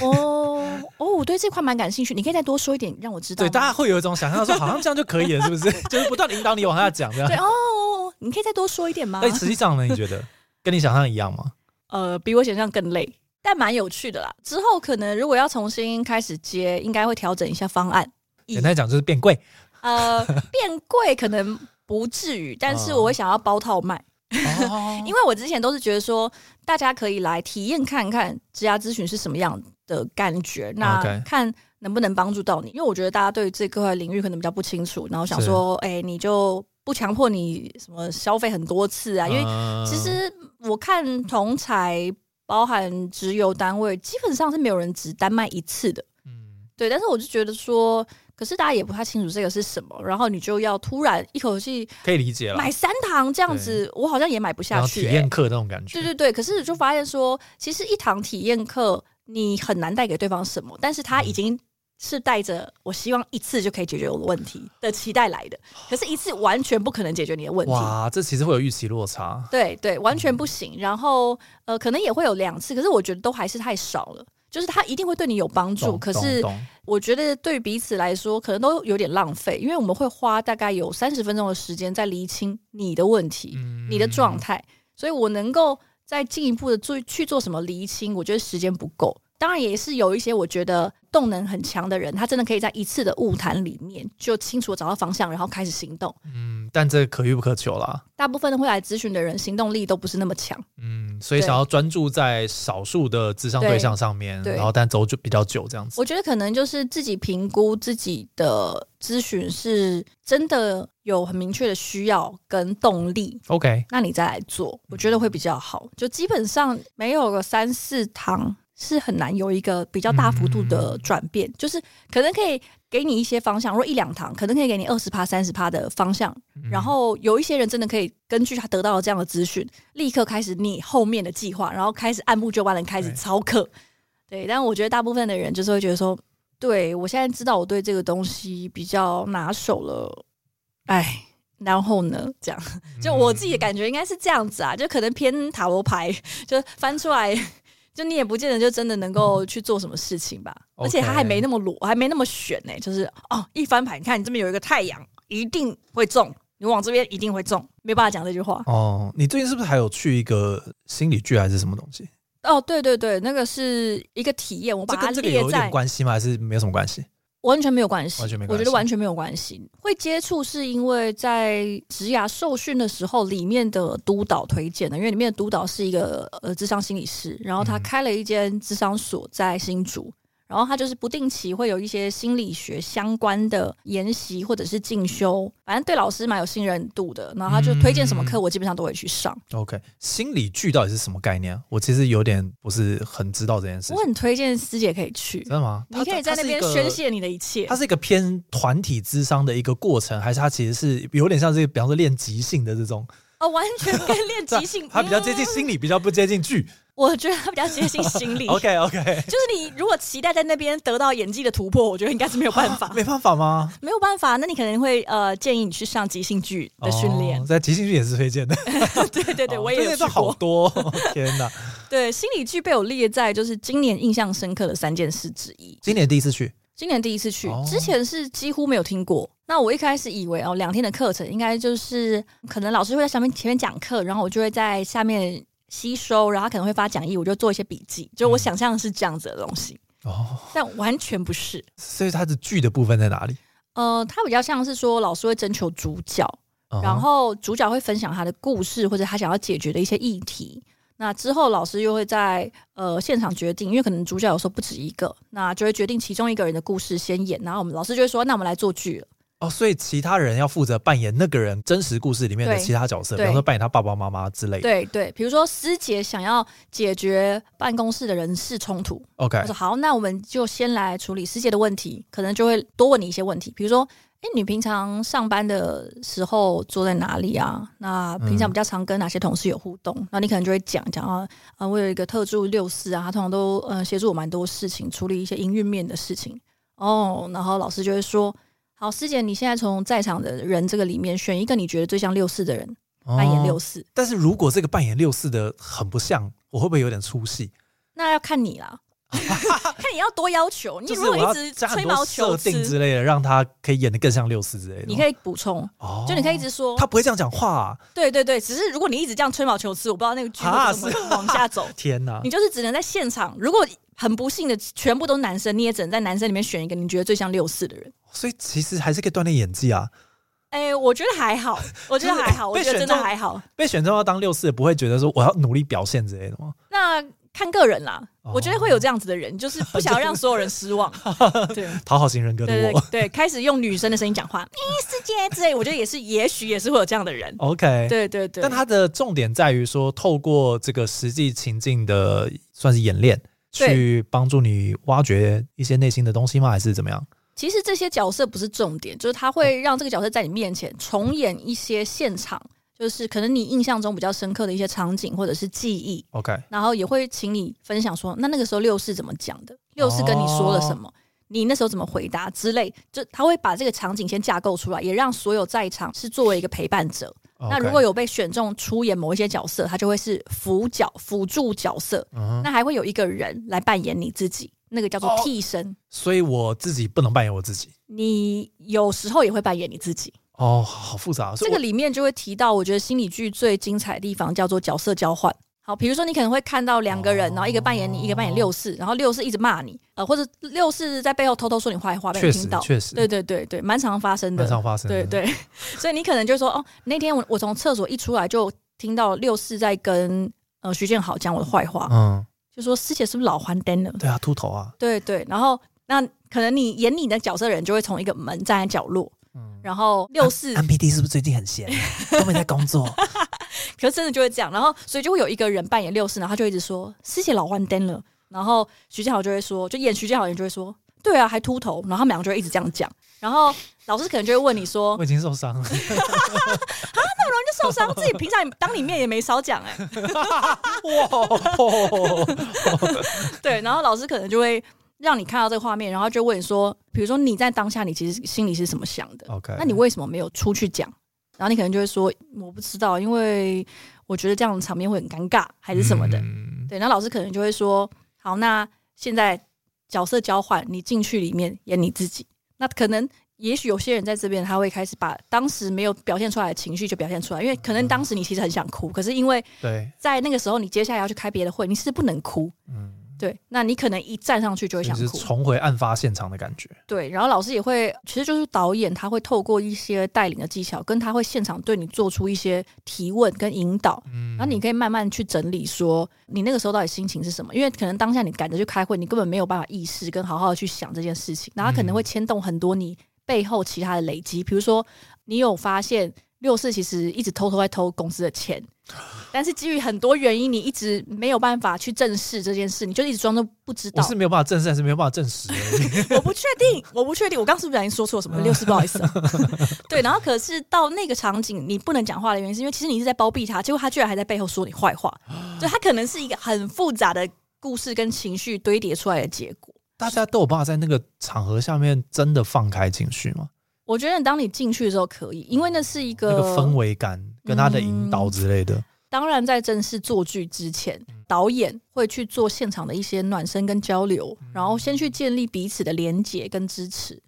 Speaker 3: 哦哦，我对这块蛮感兴趣，你可以再多说一点，让我知道
Speaker 1: 对，
Speaker 3: 吗。
Speaker 1: 大家会有一种想象说，好像这样就可以了，是不是？ 就是不断地引导你往下讲这样
Speaker 3: 对。哦哦，哦你可以再多说一点吗？
Speaker 1: 但实际上呢，你觉 得跟你想象一样吗？
Speaker 3: 呃，比我想象更累，但蛮有趣的啦。之后可能如果要重新开始接，应该会调整一下方案。以
Speaker 1: 简单讲就是变贵
Speaker 3: 呃，变贵可能不至于，但是
Speaker 1: 哦
Speaker 3: 我会想要包套卖。
Speaker 1: 哦
Speaker 3: 因为我之前都是觉得说，大家可以来体验看看职涯咨询是什么样的感觉，那
Speaker 1: OK
Speaker 3: 看能不能帮助到你。因为我觉得大家对这块领域可能比较不清楚，然后想说，哎、你就不强迫你什么消费很多次啊，因为
Speaker 1: 为
Speaker 3: 其实我看同才包含直邮单位，基本上是没有人只单卖一次的。
Speaker 1: 嗯
Speaker 3: 对，但是我就觉得说，可是大家也不太清楚这个是什么，然后你就要突然一口气
Speaker 1: 可以理解了，
Speaker 3: 买三堂这样子，我好像也买不
Speaker 1: 然
Speaker 3: 下
Speaker 1: 后
Speaker 3: 去、
Speaker 1: 体
Speaker 3: 欸
Speaker 1: 验课那种感觉，
Speaker 3: 对对对，可是就发现说，其实一堂体验课你很难带给对方什么，但是他
Speaker 1: 嗯
Speaker 3: 已经是带着我希望一次就可以解决我的问题的期待 来的，可是一次完全不可能解决你的问题。
Speaker 1: 哇，这其实会有预期落差。
Speaker 3: 对对，完全不行。然后呃，可能也会有两次，可是我觉得都还是太少了。就是他一定会对你有帮助，
Speaker 1: 懂
Speaker 3: 可是
Speaker 1: 懂懂
Speaker 3: 我觉得对彼此来说，可能都有点浪费，因为我们会花大概有三十分钟的时间在厘清你的问题、
Speaker 1: 嗯
Speaker 3: 你的状态，所以我能够再进一步的做去做什么厘清，我觉得时间不够。当然也是有一些我觉得动能很强的人，他真的可以在一次的物谈里面就清楚地找到方向，然后开始行动。
Speaker 1: 嗯，但这可遇不可求啦。
Speaker 3: 大部分的会来咨询的人，行动力都不是那么强。
Speaker 1: 嗯，所以
Speaker 3: 对
Speaker 1: 想要专注在少数的智商
Speaker 3: 对
Speaker 1: 对象上面，
Speaker 3: 对
Speaker 1: 然后但走就比较久这样子。
Speaker 3: 我觉得可能就是自己评估自己的咨询是真的有很明确的需要跟动力，
Speaker 1: OK，
Speaker 3: 那你再来做，我觉得会比较好。就基本上没有个三四堂是很难有一个比较大幅度
Speaker 1: 嗯
Speaker 3: 的转变，就是可能可以给你一些方向，如果一两堂可能可以给你二十趴、三十趴的方向，
Speaker 1: 嗯
Speaker 3: 然后有一些人真的可以根据他得到的这样的资讯，立刻开始你后面的计划，然后开始按部就班的开始
Speaker 1: 对
Speaker 3: 操课。对，但我觉得大部分的人就是会觉得说，对我现在知道我对这个东西比较拿手了，哎，然后呢，这样
Speaker 1: 嗯
Speaker 3: 就我自己的感觉应该是这样子啊，就可能偏塔罗牌，就翻出来就你也不见得就真的能够去做什么事情吧。
Speaker 1: OK
Speaker 3: 而且他还没那么裸，还没那么选呢、就是哦，一翻牌，你看你这边有一个太阳，一定会中，你往这边一定会中，没办法讲这句话。
Speaker 1: 哦，你最近是不是还有去一个心理剧还是什么东西？
Speaker 3: 哦，对对对，那个是一个体验，我
Speaker 1: 这
Speaker 3: 把它
Speaker 1: 跟这个
Speaker 3: 列
Speaker 1: 有一
Speaker 3: 在
Speaker 1: 点关系吗？还是没有什么关系？
Speaker 3: 完全没有关系，
Speaker 1: 完全没关系
Speaker 3: 我觉得完全没有关系。会接触是因为在职涯受训的时候，里面的督导推荐的，因为里面的督导是一个呃智商心理师，然后他
Speaker 1: 嗯
Speaker 3: 开了一间智商所在新竹。然后他就是不定期会有一些心理学相关的研习或者是进修，反正对老师蛮有信任度的。然后他就推荐什么
Speaker 1: 嗯
Speaker 3: 课，我基本上都会去上。
Speaker 1: OK，心理剧到底是什么概念啊？我其实有点不是很知道这件事
Speaker 3: 我
Speaker 1: 情。
Speaker 3: 很推荐师姐可以去
Speaker 1: 真，的吗？
Speaker 3: 你可以
Speaker 1: 它
Speaker 3: 在那边宣。泄你的一切。
Speaker 1: 它它是一个它是一个偏团体智商的一个过程，还是它其实是有点像是比方说练即兴的这种，，
Speaker 3: 哦，完全跟练即兴
Speaker 1: 它比较接近
Speaker 3: 嗯
Speaker 1: 心理，比较不接近 剧。
Speaker 3: 我觉得他比较接近 心理。
Speaker 1: OK OK，
Speaker 3: 就是你如果期待在那边得到演技的突破，我觉得应该是没有办法，
Speaker 1: 没办法吗？
Speaker 3: 没有办法。那你可能会呃建议你去上即兴剧 的训练。
Speaker 1: 哦在即兴剧也是推荐的。
Speaker 3: 对 对对，
Speaker 1: 哦
Speaker 3: 我也
Speaker 1: 推
Speaker 3: 有
Speaker 1: 荐
Speaker 3: 去
Speaker 1: 都好
Speaker 3: 过。
Speaker 1: 多 哦，天哪！
Speaker 3: 对，心理剧被我列在就是今年印象深刻的三件事之一。
Speaker 1: 今年第一次 去，
Speaker 3: 今年第一次去
Speaker 1: 哦，
Speaker 3: 之前是几乎没有听过。那我一开始以为哦，两天的课程应该就是可能老师会在上面前面讲课，然后我就会在下面吸收，然后他可能会发讲义，我就做一些笔记。就我
Speaker 1: 嗯
Speaker 3: 想象的是这样子的东西，
Speaker 1: 哦，
Speaker 3: 但完全不是。
Speaker 1: 所以它的剧的部分在哪里？
Speaker 3: 呃，它比较像是说老师会征求主角，
Speaker 1: 嗯
Speaker 3: 然后主角会分享他的故事或者他想要解决的一些议题。那之后老师又会在呃现场决定，因为可能主角有时候不止一个，那就会决定其中一个人的故事先演，然后我们老师就会说，那我们来做剧了。
Speaker 1: 哦，所以其他人要负责扮演那个人真实故事里面的
Speaker 3: 对
Speaker 1: 其他角色，比
Speaker 3: 对
Speaker 1: 方说扮演他爸爸妈妈之类的。
Speaker 3: 对对，比如说师姐想要解决办公室的人事冲突，
Speaker 1: OK，
Speaker 3: 我说好，那我们就先来处理师姐的问题，可能就会多问你一些问题，比如说，哎，你平常上班的时候坐在哪里啊？那平
Speaker 1: 嗯
Speaker 3: 常比较常跟哪些同事有互动？那、你可能就会讲讲啊，啊，我有一个特助六四啊，他通常都呃协助我蛮多事情，处理一些营运面的事情哦。然后老师就会说，好，师姐，你现在从在场的人这个里面选一个你觉得最像六四的人扮演六
Speaker 1: 哦。
Speaker 3: 四，
Speaker 1: 但是如果这个扮演六四的很不像，我会不会有点出戏？
Speaker 3: 那要看你啦。 看你要多要求，你
Speaker 1: 就是
Speaker 3: 如
Speaker 1: 我
Speaker 3: 果
Speaker 1: 要
Speaker 3: 一直
Speaker 1: 加很
Speaker 3: 吹
Speaker 1: 多
Speaker 3: 毛
Speaker 1: 设
Speaker 3: 求疵，
Speaker 1: 定之类的，让他可以演的更像六四之类的吗。
Speaker 3: 你可以补充，
Speaker 1: 哦，
Speaker 3: 就你可以一直说，
Speaker 1: 他不会这样讲话啊、
Speaker 3: 对对对，只是如果你一直这样吹毛求疵，我不知道那个剧
Speaker 1: 啊，
Speaker 3: 会怎么往下走
Speaker 1: 天哪
Speaker 3: 你！就是只能在现场。如果很不幸的全部都是男生，你也只能在男生里面选一个你觉得最像六四的人。
Speaker 1: 所以其实还是可以锻炼演技啊。
Speaker 3: 哎、我觉得还好， 我觉得还好，
Speaker 1: 被
Speaker 3: 我觉得真的
Speaker 1: 选中
Speaker 3: 还好。
Speaker 1: 被选中要当六四，不会觉得说我要努力表现之类的吗？
Speaker 3: 那看个人啦，
Speaker 1: 哦
Speaker 3: 我觉得会有这样子的人，就是不想要让所有人失 望。对
Speaker 1: 讨好型人格的
Speaker 3: 对对
Speaker 1: 我。
Speaker 3: 对，开始用女生的声音讲话，你师姐之类，我觉得也是，也许也是会有这样 的人。
Speaker 1: OK，
Speaker 3: 对对对，
Speaker 1: 哦但它的重点在于说，透过这个实际情境的算是演练，
Speaker 3: 对
Speaker 1: 去帮助你挖掘一些内心的东西吗？还是怎么样？
Speaker 3: 其实这些角色不是重点，就是他会让这个角色在你面前重演一些现场，就是可能你印象中比较深刻的一些场景或者是记忆，
Speaker 1: OK，
Speaker 3: 然后也会请你分享说，那那个时候六四怎么讲的，六四跟你说了什么，你那时候怎么回答之类，就他会把这个场景先架构出来，也让所有在场是作为一个陪伴者。那如果
Speaker 1: 有
Speaker 3: 有被选中出演某一些角色，他就会是辅角、辅助角色，
Speaker 1: 嗯哼，
Speaker 3: 那还会有一个人来扮演你自己，那个叫做
Speaker 1: 哦
Speaker 3: 替身。
Speaker 1: 所以我自己不能扮演我自己
Speaker 3: 你有时候也会扮演你自己。
Speaker 1: 哦，好复杂。所
Speaker 3: 这
Speaker 1: 以
Speaker 3: 个
Speaker 1: 我
Speaker 3: 里面就会提到，我觉得心理剧最精彩的地方叫做角色交换。好，比如说你可能会看到两个人，
Speaker 1: 哦
Speaker 3: 然后一个扮演你，一个扮演六四，然后六四一直骂你，呃，或者六四在背后偷偷说你坏话，被
Speaker 1: 确
Speaker 3: 你
Speaker 1: 实
Speaker 3: 听到。
Speaker 1: 确实
Speaker 3: 对对对对，蛮常发生的
Speaker 1: 蛮。常发生的，
Speaker 3: 对对，所以你可能就说，哦，那天我我从厕所一出来就听到六四在跟呃徐建豪讲我的坏话，
Speaker 1: 嗯，
Speaker 3: 就说师姐是不是老还灯了？
Speaker 1: 对啊，秃头啊，
Speaker 3: 对对，然后那可能你演你的角色的人就会从一个门站在角落，
Speaker 1: 嗯
Speaker 3: 然后六四
Speaker 1: P D 是不是最近很 闲，都没在工作？
Speaker 3: 可是真的就会这样，然后所以就会有一个人扮演六四，然后他就一直说师姐老换灯了，然后徐建豪就会说，就演徐建豪的人就会说，对啊，还秃头，然后他们两个就会一直这样讲，然后老师可能就会问你说，
Speaker 1: 我已经受伤 了，
Speaker 3: 你就受伤，自己平常也当你面也没少讲哎、
Speaker 1: 哇！
Speaker 3: 对，然后老师可能就会让你看到这个画面，然后就问你说，比如说你在当下你其实心里是什么想的，
Speaker 1: OK，
Speaker 3: 那你为什么没有出去讲？然后你可能就会说我不知道，因为我觉得这样的场面会很尴尬，还是什么的。
Speaker 1: 嗯嗯，
Speaker 3: 对，那老师可能就会说，好，那现在角色交换，你进去里面演你自己。那可能，也许有些人在这边，他会开始把当时没有表现出来的情绪就表现出来，因为可能当时你其实很想
Speaker 1: 嗯
Speaker 3: 哭，可是因为
Speaker 1: 对，
Speaker 3: 在那个时候你接下来要去开别的会，你是不能哭。
Speaker 1: 嗯，
Speaker 3: 对，那你可能一站上去就会
Speaker 1: 就
Speaker 3: 想
Speaker 1: 是
Speaker 3: 哭。
Speaker 1: 重回案发现场的感觉。
Speaker 3: 对，然后老师也会，其实就是导演他会透过一些带领的技巧，跟他会现场对你做出一些提问跟引导，
Speaker 1: 嗯，
Speaker 3: 然后你可以慢慢去整理说你那个时候到底心情是什么，因为可能当下你赶着去开会，你根本没有办法意识跟好好的去想这件事情，然后它可能会牵动很多你背后其他的累积，比如说你有发现六四其实一直偷偷在偷公司的钱，但是基于很多原因，你一直没有办法去正视这件事，你就一直装作不知
Speaker 1: 我
Speaker 3: 道。
Speaker 1: 是没有办法证实，还是没有办法证实而已。
Speaker 3: 我不确定，我不确定，我刚是不是不小心说错什么？
Speaker 1: 嗯
Speaker 3: 六四，不好意思、啊。 对，然后可是到那个场景，你不能讲话的原因，是因为其实你是在包庇他，结果他居然还在背后说你 坏话，就他可能是一个很复杂的故事跟情绪堆叠出来的结果。
Speaker 1: 大家都有办法在那个场合下面真的放开情绪吗？
Speaker 3: 我觉得当你进去的时候可以，因为那是一
Speaker 1: 那
Speaker 3: 个
Speaker 1: 个氛。围感跟他的引导之类的，
Speaker 3: 当然，在正式做剧之前，导演会去做现场的一些暖身跟交流，然后先去建立彼此的连结跟支持。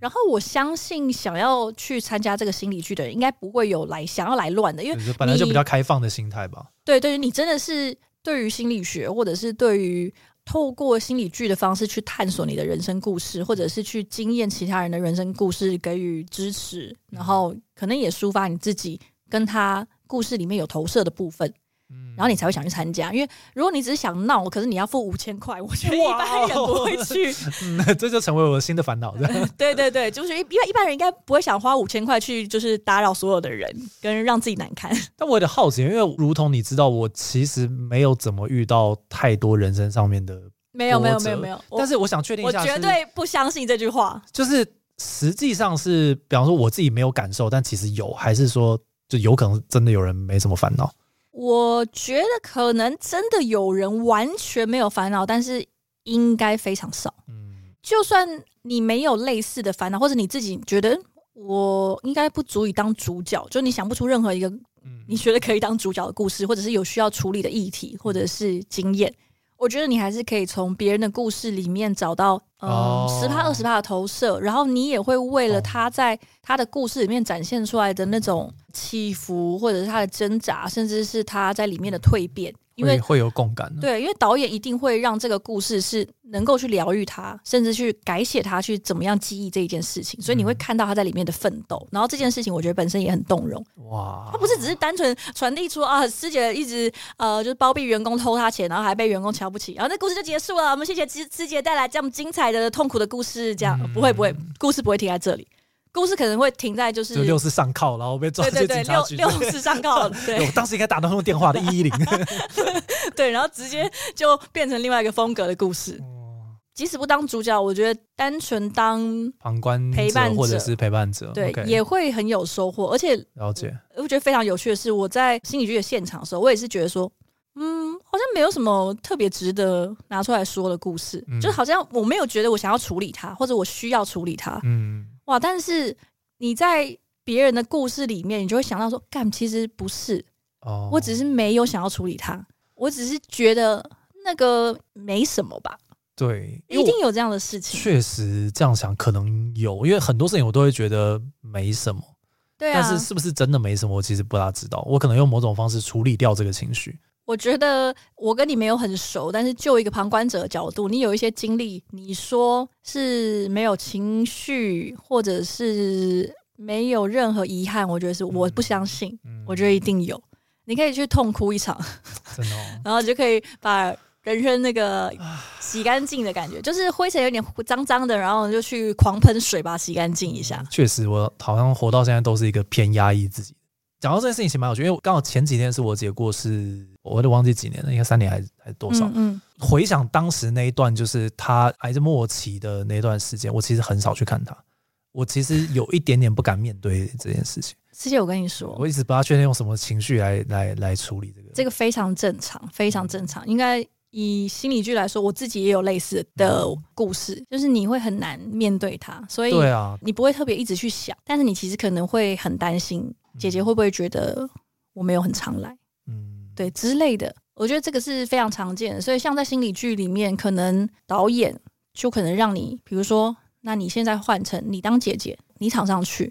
Speaker 3: 然后我相信，想要去参加这个心理剧的人，应该不会有来想要来乱的，因为
Speaker 1: 就是本来就
Speaker 3: 你
Speaker 1: 比较开放的心态吧。
Speaker 3: 对对于你真的是对于心理学，或者是对于透过心理剧的方式去探索你的人生故事，或者是去经验其他人的人生故事，给予支持，
Speaker 1: 嗯
Speaker 3: 然后可能也抒发你自己跟他故事里面有投射的部分。
Speaker 1: 嗯
Speaker 3: 然后你才会想去参加，因为如果你只是想闹，可是你要付五千块，我觉得一般人不会 去。
Speaker 1: 嗯，这就成为我的新的烦恼。这 样
Speaker 3: 对对对，就是一因为一般人应该不会想花五千块去就是打扰所有的人，跟让自己难堪。
Speaker 1: 但我有点好奇，因为如同你知道，我其实没有怎么遇到太多人生上面的，
Speaker 3: 没有没有
Speaker 1: 波折
Speaker 3: 没有没有，我
Speaker 1: 但是我想确定一
Speaker 3: 我
Speaker 1: 下，
Speaker 3: 绝对不相信这句话。
Speaker 1: 就是实际上是，比方说我自己没有感受，但其实有，还是说就有可能真的有人没什么烦恼？
Speaker 3: 我觉得可能真的有人完全没有烦恼，但是应该非常少。
Speaker 1: 嗯，
Speaker 3: 就算你没有类似的烦恼，或者你自己觉得嗯我应该不足以当主角，就你想不出任何一个
Speaker 1: 嗯
Speaker 3: 你觉得可以当主角的故事，或者是有需要处理的议题，或者是经验。我觉得你还是可以从别人的故事里面找到，嗯，
Speaker 1: 哦
Speaker 3: 十趴二十趴的投射，然后你也会为了他在他的故事里面展现出来的那种起伏，或者是他的挣扎，甚至是他在里面的蜕变，因为
Speaker 1: 会会有共感的。
Speaker 3: 对，因为导演一定会让这个故事是能够去疗愈他，甚至去改写他，去怎么样记忆这一件事情，所以你
Speaker 1: 嗯
Speaker 3: 会看到他在里面的奋斗。然后这件事情，我觉得本身也很动容。
Speaker 1: 哇，
Speaker 3: 他不是只是单纯传递出啊，师姐一直呃就是包庇员工偷她钱，然后还被员工瞧不起，然后这故事就结束了。我们谢谢师师姐带来这么精彩的痛苦的故事，这样、
Speaker 1: 嗯
Speaker 3: 不会不会，故事不会停在这里，故事可能会停在就是
Speaker 1: 就六次上铐，然后被抓
Speaker 3: 对对
Speaker 1: 去
Speaker 3: 对
Speaker 1: 警察
Speaker 3: 六
Speaker 1: 局。
Speaker 3: 六十上告，对
Speaker 1: 我当时应该打到通电话的一一 零。
Speaker 3: 对，然后直接就变成另外一个风格的故事。
Speaker 1: 哦
Speaker 3: 即使不当主角，我觉得单纯当
Speaker 1: 旁观者
Speaker 3: 陪伴者
Speaker 1: 或者是陪伴者，
Speaker 3: 对
Speaker 1: 哦 OK，
Speaker 3: 也会很有收获，而且
Speaker 1: 了解。
Speaker 3: 我觉得非常有趣的是，我在心理剧的现场的时候，我也是觉得说，嗯，好像没有什么特别值得拿出来说的故事，
Speaker 1: 嗯
Speaker 3: 就是好像我没有觉得我想要处理它，或者我需要处理它，
Speaker 1: 嗯，
Speaker 3: 哇！但是你在别人的故事里面，你就会想到说，干，其实不是，
Speaker 1: 哦，
Speaker 3: 我只是没有想要处理它，我只是觉得那个没什么吧，
Speaker 1: 对，因为
Speaker 3: 一
Speaker 1: 我
Speaker 3: 定有这样的事情，
Speaker 1: 确实这样想可能有，因为很多事情我都会觉得没什么，
Speaker 3: 对
Speaker 1: 但
Speaker 3: 啊。
Speaker 1: 是是不是真的没什么，我其实不大知道。我可能用某种方式处理掉这个情绪。
Speaker 3: 我觉得我跟你没有很熟，但是就一个旁观者的角度，你有一些经历，你说是没有情绪，或者是没有任何遗憾，我觉得是我不相信，
Speaker 1: 嗯
Speaker 3: 我觉得一定有。你可以去痛哭一场，
Speaker 1: 真的、哦，
Speaker 3: 然后你就可以把人生那个洗干净的感觉，就是灰尘有点脏脏的，然后你就去狂喷水把它洗干净一下。
Speaker 1: 确实，我好像活到现在都是一个偏压抑自己。讲到这件事情，其实蛮有趣，因为刚好前几天是我姐过世，我都忘记几年了，应该三年还是还是多少。
Speaker 3: 嗯嗯，
Speaker 1: 回想当时那一段，就是他癌症末期的那段时间，我其实很少去看他，我其实有一点点不敢面对这件事情，
Speaker 3: 师姐，我跟你说，
Speaker 1: 我一直不大确定用什么情绪来来来处理这个。
Speaker 3: 这个非常正常，非常正常。应该以心理剧来说，我自己也有类似的故事，就是你会很难面对它，所以
Speaker 1: 嗯对啊，
Speaker 3: 你不会特别一直去想，但是你其实可能会很担心姐姐会不会觉得我没有很常来，
Speaker 1: 嗯，
Speaker 3: 对之类的。我觉得这个是非常常见的，所以像在心理剧里面，可能导演就可能让你，比如说，那你现在换成你当姐姐，你场上去，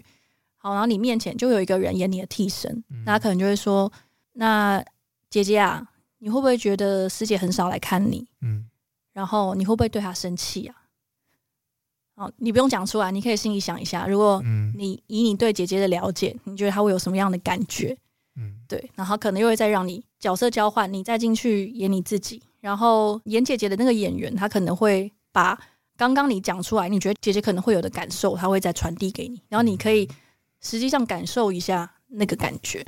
Speaker 3: 好，然后你面前就有一个人演你的替身，
Speaker 1: 嗯
Speaker 3: 那他可能就会说，那姐姐啊，你会不会觉得师姐很少来看你？
Speaker 1: 嗯，
Speaker 3: 然后你会不会对她生气啊？哦，你不用讲出来，你可以心里想一下，如果
Speaker 1: 嗯
Speaker 3: 你以你对姐姐的了解，你觉得她会有什么样的感觉？
Speaker 1: 嗯
Speaker 3: 对，然后可能又会再让你角色交换，你再进去演你自己，然后演姐姐的那个演员，他可能会把刚刚你讲出来，你觉得姐姐可能会有的感受，他会再传递给你，然后你可以实际上感受一下那个感觉。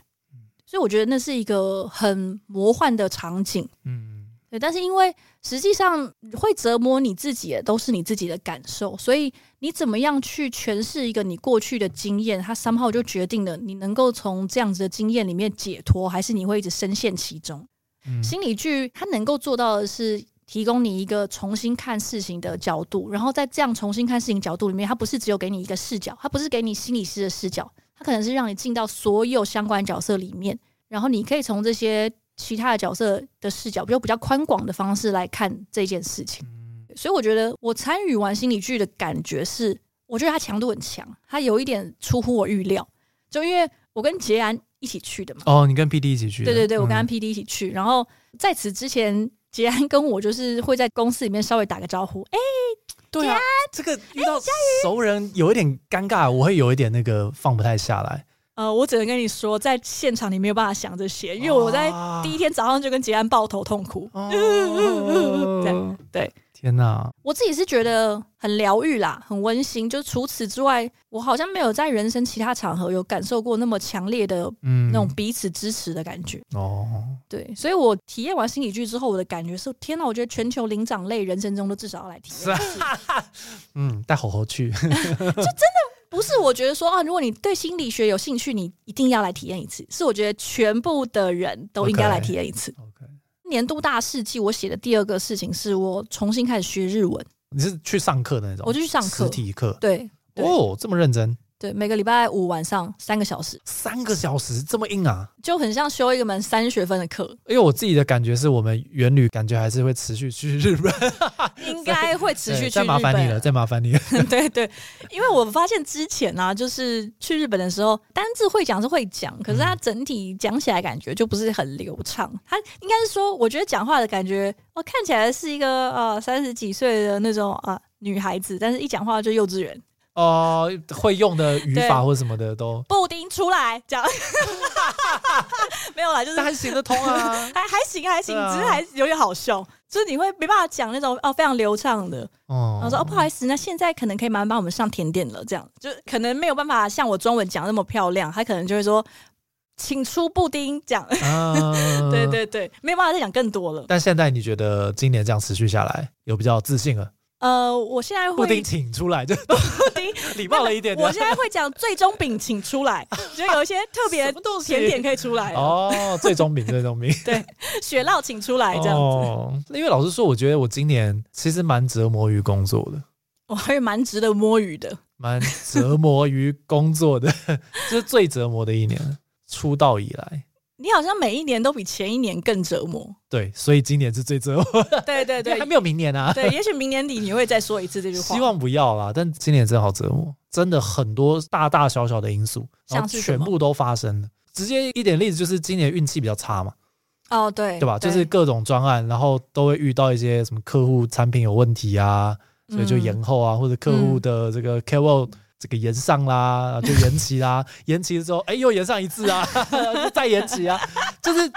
Speaker 3: 所以我觉得那是一个很魔幻的场景，
Speaker 1: 嗯
Speaker 3: 对，但是因为实际上会折磨你自己的都是你自己的感受，所以你怎么样去诠释一个你过去的经验，它三号就决定了你能够从这样子的经验里面解脱，还是你会一直深陷其中。
Speaker 1: 嗯
Speaker 3: 心理剧它能够做到的是提供你一个重新看事情的角度，然后在这样重新看事情角度里面，它不是只有给你一个视角，它不是给你心理师的视角，它可能是让你进到所有相关角色里面，然后你可以从这些其他的角色的视角，就比较宽广的方式来看这件事情。
Speaker 1: 嗯
Speaker 3: 所以我觉得我参与完心理剧的感觉是，我觉得它强度很强，它有一点出乎我预料，就因为我跟杰安一起去的嘛。
Speaker 1: 哦，你跟 PD 一起去的？
Speaker 3: 对对对，我跟
Speaker 1: 嗯
Speaker 3: 安 PD 一起去。然后在此之前，杰安跟我就是会在公司里面稍微打个招呼，哎、
Speaker 1: 对啊，这个遇到熟人有一点尴尬，我会有一点那个放不太下来，
Speaker 3: 呃，我只能跟你说，在现场你没有办法想这些，因为我在
Speaker 1: 啊
Speaker 3: 第一天早上就跟杰安抱头痛哭。这
Speaker 1: 哦，
Speaker 3: 对，
Speaker 1: 天哪，
Speaker 3: 我自己是觉得很疗愈啦，很温馨。就除此之外，我好像没有在人生其他场合有感受过那么强烈的
Speaker 1: 嗯，
Speaker 3: 那种彼此支持的感觉。
Speaker 1: 哦，
Speaker 3: 对，所以我体验完心理剧之后，我的感觉是：天哪，我觉得全球灵长类人生中都至少要来体验。
Speaker 1: 嗯，带猴猴去，
Speaker 3: 不是，我觉得说啊，如果你对心理学有兴趣，你一定要来体验一次。是我觉得全部的人都应该来体验一次。
Speaker 1: OK，
Speaker 3: 年度大事记，我写的第二个事情是我重新开始学日文。
Speaker 1: 你是去上课的那种？
Speaker 3: 我就去上课
Speaker 1: 实体课。
Speaker 3: 对对
Speaker 1: 哦，这么认真，
Speaker 3: 对，每个礼拜五晚上三个小时，
Speaker 1: 三个小时这么硬啊！
Speaker 3: 就很像修一个门三学分的课，
Speaker 1: 因为我自己的感觉是我们元旅感觉还是会持续去日本，
Speaker 3: 应该会持续
Speaker 1: 对
Speaker 3: 去
Speaker 1: 再
Speaker 3: 日
Speaker 1: 麻烦你
Speaker 3: 本
Speaker 1: 了，。再麻烦你了。
Speaker 3: 对对，因为我发现之前呢、啊，就是去日本的时候，单字会讲是会讲，可是
Speaker 1: 嗯
Speaker 3: 它整体讲起来感觉就不是很流畅。它应该是说，我觉得讲话的感觉，我看起来是一个呃三十几岁的那种啊、呃女孩子，但是一讲话就幼稚园，
Speaker 1: 哦，会用的语
Speaker 3: 对
Speaker 1: 法或什么的都，
Speaker 3: 布丁出来讲， 没有啦，就是。
Speaker 1: 但还行得通啊
Speaker 3: 还还行还行，
Speaker 1: 对啊
Speaker 3: 只是还有点好笑，就是你会没办法讲那种哦非常流畅的。
Speaker 1: 哦
Speaker 3: 然后说哦，不好意思，那现在可能可以麻烦帮我们上甜点了，这样就可能没有办法像我中文讲那么漂亮，他可能就会说，请出布丁这样。
Speaker 1: 啊
Speaker 3: 对。对对，没有办法再讲更多了。
Speaker 1: 但现在你觉得今年这样持续下来，有比较自信了？
Speaker 3: 呃，我现在
Speaker 1: 布
Speaker 3: 会
Speaker 1: 丁请出来， 就
Speaker 3: 布丁
Speaker 1: 礼貌了一点
Speaker 3: 我
Speaker 1: 的。
Speaker 3: 现在会讲最终饼请 出来，就有一些特别甜点可以出来了，
Speaker 1: 哦，最终饼，最终饼。
Speaker 3: 雪酪请出 来这样子，
Speaker 1: 哦，因为老实说，我觉得我今年其实蛮折磨于工作的，
Speaker 3: 我还蛮值得摸鱼的。
Speaker 1: 蛮折磨于工作的， 这是最折磨的一年，出道以来。
Speaker 3: 你好像每一年都比前一年更折磨。
Speaker 1: 对，所以今年是最折磨的，
Speaker 3: 对对
Speaker 1: 因为
Speaker 3: 对
Speaker 1: 还，没有明年啊。
Speaker 3: 对，也许明年底你会再说一次这句话。
Speaker 1: 希望不要啦，但今年真的好折磨，真的很多大大小小的因素，然后
Speaker 3: 像是什
Speaker 1: 全
Speaker 3: 么
Speaker 1: 部都发生了。直接一点例子就是今年运气比较差嘛，
Speaker 3: 哦，对，
Speaker 1: 对吧？就是各种专案，然后都会遇到一些什么客户产品有问题啊，所以就延后啊，或者客户的这个 KOL 这个延上啦，就延期啦， 延期之后，哎，又延上一次啊， 就再延期啊，就是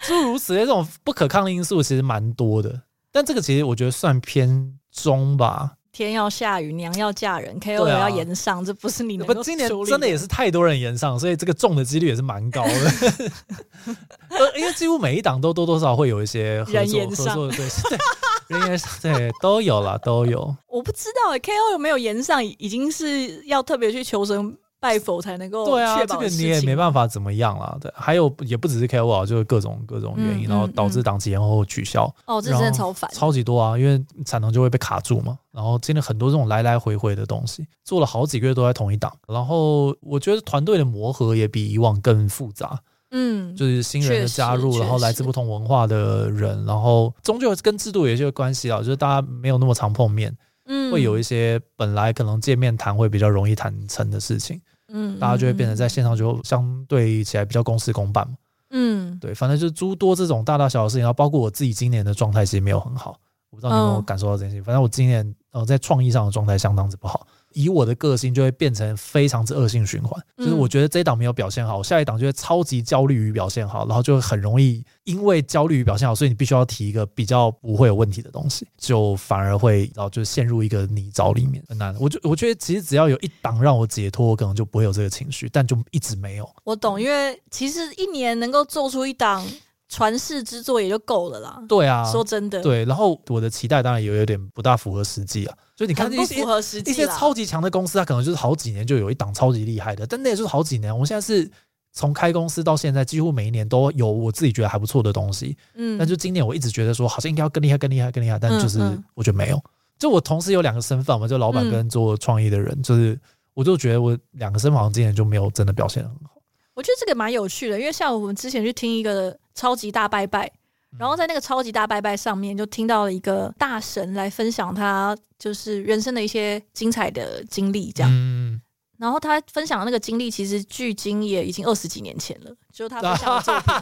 Speaker 1: 诸如此类这种不可抗力因素其实蛮多的。但这个其实我觉得算偏中吧，
Speaker 3: 天要下雨，娘要嫁人，KOL
Speaker 1: 对啊
Speaker 3: 要延上，这不是你能
Speaker 1: 不
Speaker 3: 够，
Speaker 1: 今年
Speaker 3: 处理
Speaker 1: 真的也是太多人延上，所以这个中的几率也是蛮高的。 呃，因为几乎每一档都多多少少会有一些合
Speaker 3: 人
Speaker 1: 作
Speaker 3: 延
Speaker 1: 合
Speaker 3: 上
Speaker 1: 作的对对。人延上对都有了，都有。
Speaker 3: 我不知道、欸、KOL 有没有延上，已经是要特别去求神拜佛才能够
Speaker 1: 对啊，
Speaker 3: 确
Speaker 1: 这
Speaker 3: 保
Speaker 1: 个
Speaker 3: 的事
Speaker 1: 你
Speaker 3: 情。
Speaker 1: 也没办法怎么样啦。对，还有也不只是 KOL，就是各种各种原因，
Speaker 3: 嗯
Speaker 1: 然后
Speaker 3: 嗯
Speaker 1: 导致
Speaker 3: 嗯
Speaker 1: 档期延后取消，
Speaker 3: 哦，这真的超烦。
Speaker 1: 超级多啊，因为产能就会被卡住嘛。然后今天很多这种来来回回的东西，做了好几个月都在同一档。然后我觉得团队的磨合也比以往更复杂，
Speaker 3: 嗯，
Speaker 1: 就是新人的加
Speaker 3: 确
Speaker 1: 入，
Speaker 3: 实
Speaker 1: 然后来自
Speaker 3: 确实
Speaker 1: 不同文化的人，然后终究跟制度有一些关系啊，就是大家没有那么常碰面，
Speaker 3: 嗯
Speaker 1: 会有一些本来可能见面谈会比较容易谈成的事情，
Speaker 3: 嗯，
Speaker 1: 大家就会变得在
Speaker 3: 嗯
Speaker 1: 线上就相对起来比较公事公办嘛。
Speaker 3: 嗯，
Speaker 1: 对，反正就是诸多这种大大小小的事情，然后包括我自己今年的状态其实没有很好，我不知道你有没有
Speaker 3: 嗯
Speaker 1: 感受到这件事情。反正我今年呃在创意上的状态相当之不好，以我的个性就会变成非常之恶性循环，就是
Speaker 3: 嗯
Speaker 1: 我觉得这一档没有表现好，我下一档就会超级焦虑于表现好，然后就很容易因为焦虑于表现好，所以你必须要提一个比较不会有问题的东西，就反而会然后就陷入一个泥沼里面，很难。我就我觉得其实只要有一档让我解脱，我可能就不会有这个情绪，但就一直没有。
Speaker 3: 我懂，因为其实一年能够做出一档传世之作也就够了啦。
Speaker 1: 对啊，
Speaker 3: 说真 的，，
Speaker 1: 对，然后我的期待当然也有点不大符合实际啊。就你看
Speaker 3: 很
Speaker 1: 一
Speaker 3: 不
Speaker 1: 些
Speaker 3: 符合实
Speaker 1: 一
Speaker 3: 际
Speaker 1: 些
Speaker 3: 啦。
Speaker 1: 超级强的公司，它可能就是好几年就有一档超级厉害的，但那也就是好几年。我们现在是从开公司到现在，几乎每一年都有我自己觉得还不错的东西。
Speaker 3: 嗯，
Speaker 1: 但就今年我一直觉得说好像应该要更厉害、更厉害、更厉害，但
Speaker 3: 嗯
Speaker 1: 就是
Speaker 3: 嗯
Speaker 1: 我觉得没有。就我同时有两个身份嘛，就老板
Speaker 3: 嗯
Speaker 1: 跟做创意的人，就是我就觉得我两个身份好像今年就没有真的表现得很好。
Speaker 3: 我觉得这个蛮有趣的，因为像我们之前去听一个超级大拜拜，然
Speaker 1: 嗯
Speaker 3: 后在那个超级大拜拜上面就听到了一个大神来分享他就是人生的一些精彩的经历，这样。
Speaker 1: 嗯，
Speaker 3: 然后他分享的那个经历，其实距今也已经二十几年前了，就是他分享的作品。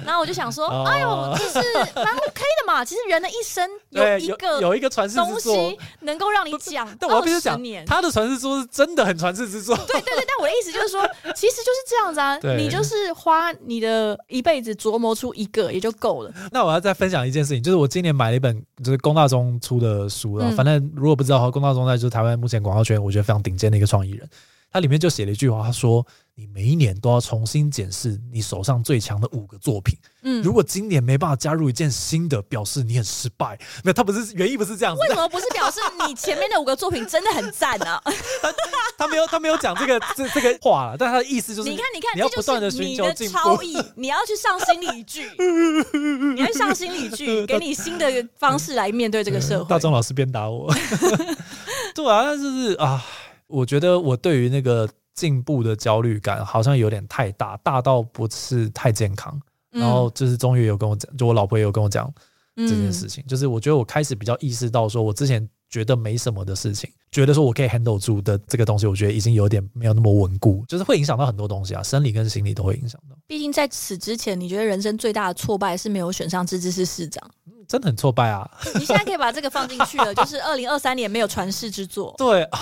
Speaker 3: 然后我就想说，
Speaker 1: 哦
Speaker 3: 哎呦，这是蛮 OK 的嘛。其实人的一生
Speaker 1: 对，
Speaker 3: 一
Speaker 1: 有
Speaker 3: 个
Speaker 1: 有一个传世
Speaker 3: 东
Speaker 1: 之作
Speaker 3: 西，能够让你讲
Speaker 1: 但我要
Speaker 3: 二
Speaker 1: 必须
Speaker 3: 十
Speaker 1: 讲
Speaker 3: 年，。
Speaker 1: 他的传世之作是真的很传世之作。
Speaker 3: 对对对，但我的意思就是说， 其实就是这样子啊，
Speaker 1: 对
Speaker 3: 你就是花你的一辈子琢磨出一个也就够了。
Speaker 1: 那我要再分享一件事情，就是我今年买了一本就是龚大中出的书了。
Speaker 3: 嗯
Speaker 1: 反正如果不知道的话，龚大中在就是台湾目前广告圈我觉得非常顶尖的一个创意人。他里面就写了一句话，他说：“你每一年都要重新检视你手上最强的五个作品。
Speaker 3: 嗯，
Speaker 1: 如果今年没办法加入一件新的，表示你很失败。没有，他不是原意不是这样子
Speaker 3: 为，什么不是表示你前面的五个作品真的很赞啊？
Speaker 1: 他没有他没有讲这个这这个话了，但他的意思 就是
Speaker 3: 你看，你看，
Speaker 1: 你要
Speaker 3: 这
Speaker 1: 不断地
Speaker 3: 就是
Speaker 1: 寻
Speaker 3: 你
Speaker 1: 求
Speaker 3: 的
Speaker 1: 进步
Speaker 3: 超意，你要去上心理剧，你要去上心理剧，给你新的方式来面对这个社会
Speaker 1: 大。钟老师鞭打我。 对啊，但就是啊，我觉得我对于那个进步的焦虑感好像有点太大，大到不是太健康。
Speaker 3: 嗯
Speaker 1: 然后就是终于有跟我讲，就我老婆也有跟我讲这件，事
Speaker 3: 嗯
Speaker 1: 情，就是我觉得我开始比较意识到，说我之前觉得没什么的事情，觉得说我可以 handle 住的这个东西，我觉得已经有点没有那么稳固，就是会影响到很多东西啊，生理跟心理都会影响到，
Speaker 3: 毕竟在此之前，你觉得人生最大的挫败是没有选上自治市市长。
Speaker 1: 嗯真的很挫败啊。
Speaker 3: 你现在可以把这个放进去了，就是二零二三年没有传世之作。
Speaker 1: 对啊，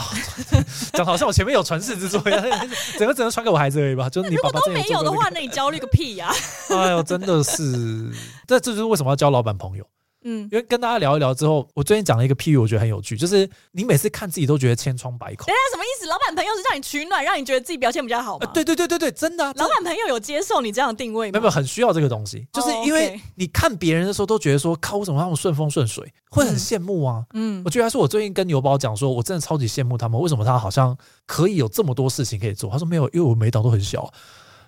Speaker 1: 讲、得好像我前面有传世之作一样，整个只能传给我孩子而已吧。就是 你
Speaker 3: 如
Speaker 1: 爸
Speaker 3: 果
Speaker 1: 爸
Speaker 3: 都
Speaker 1: 真
Speaker 3: 没
Speaker 1: 做
Speaker 3: 有
Speaker 1: 过
Speaker 3: 的
Speaker 1: 这个
Speaker 3: 话，那你焦虑个屁 呀、
Speaker 1: 哎呦，真的 是，这这就是为什么要交老板朋友，
Speaker 3: 嗯，
Speaker 1: 因为跟大家聊一聊之后，我最近讲了一个譬喻，我觉得很有趣，就是你每次看自己都觉得千疮百孔
Speaker 3: 等一。下什么意思？老板朋友是让你取暖，让你觉得自己表现比较好
Speaker 1: 呃
Speaker 3: 吗？，
Speaker 1: 对对对对对，真的、啊，真
Speaker 3: 老
Speaker 1: 的
Speaker 3: 板朋友有接受你这样的定位
Speaker 1: 没
Speaker 3: 吗？
Speaker 1: 有没有很需要这个东西，就是因
Speaker 3: 哦
Speaker 1: 为
Speaker 3: ，OK
Speaker 1: 你看别人的时候都觉得说，靠，为什么他们顺风顺水，会很
Speaker 3: 嗯
Speaker 1: 羡慕啊。
Speaker 3: 嗯
Speaker 1: 我，觉得说，我最近跟牛宝讲说，我真的超级羡慕他们，为什么他好像可以有这么多事情可以做？他说没有，因为我每一档都很小啊，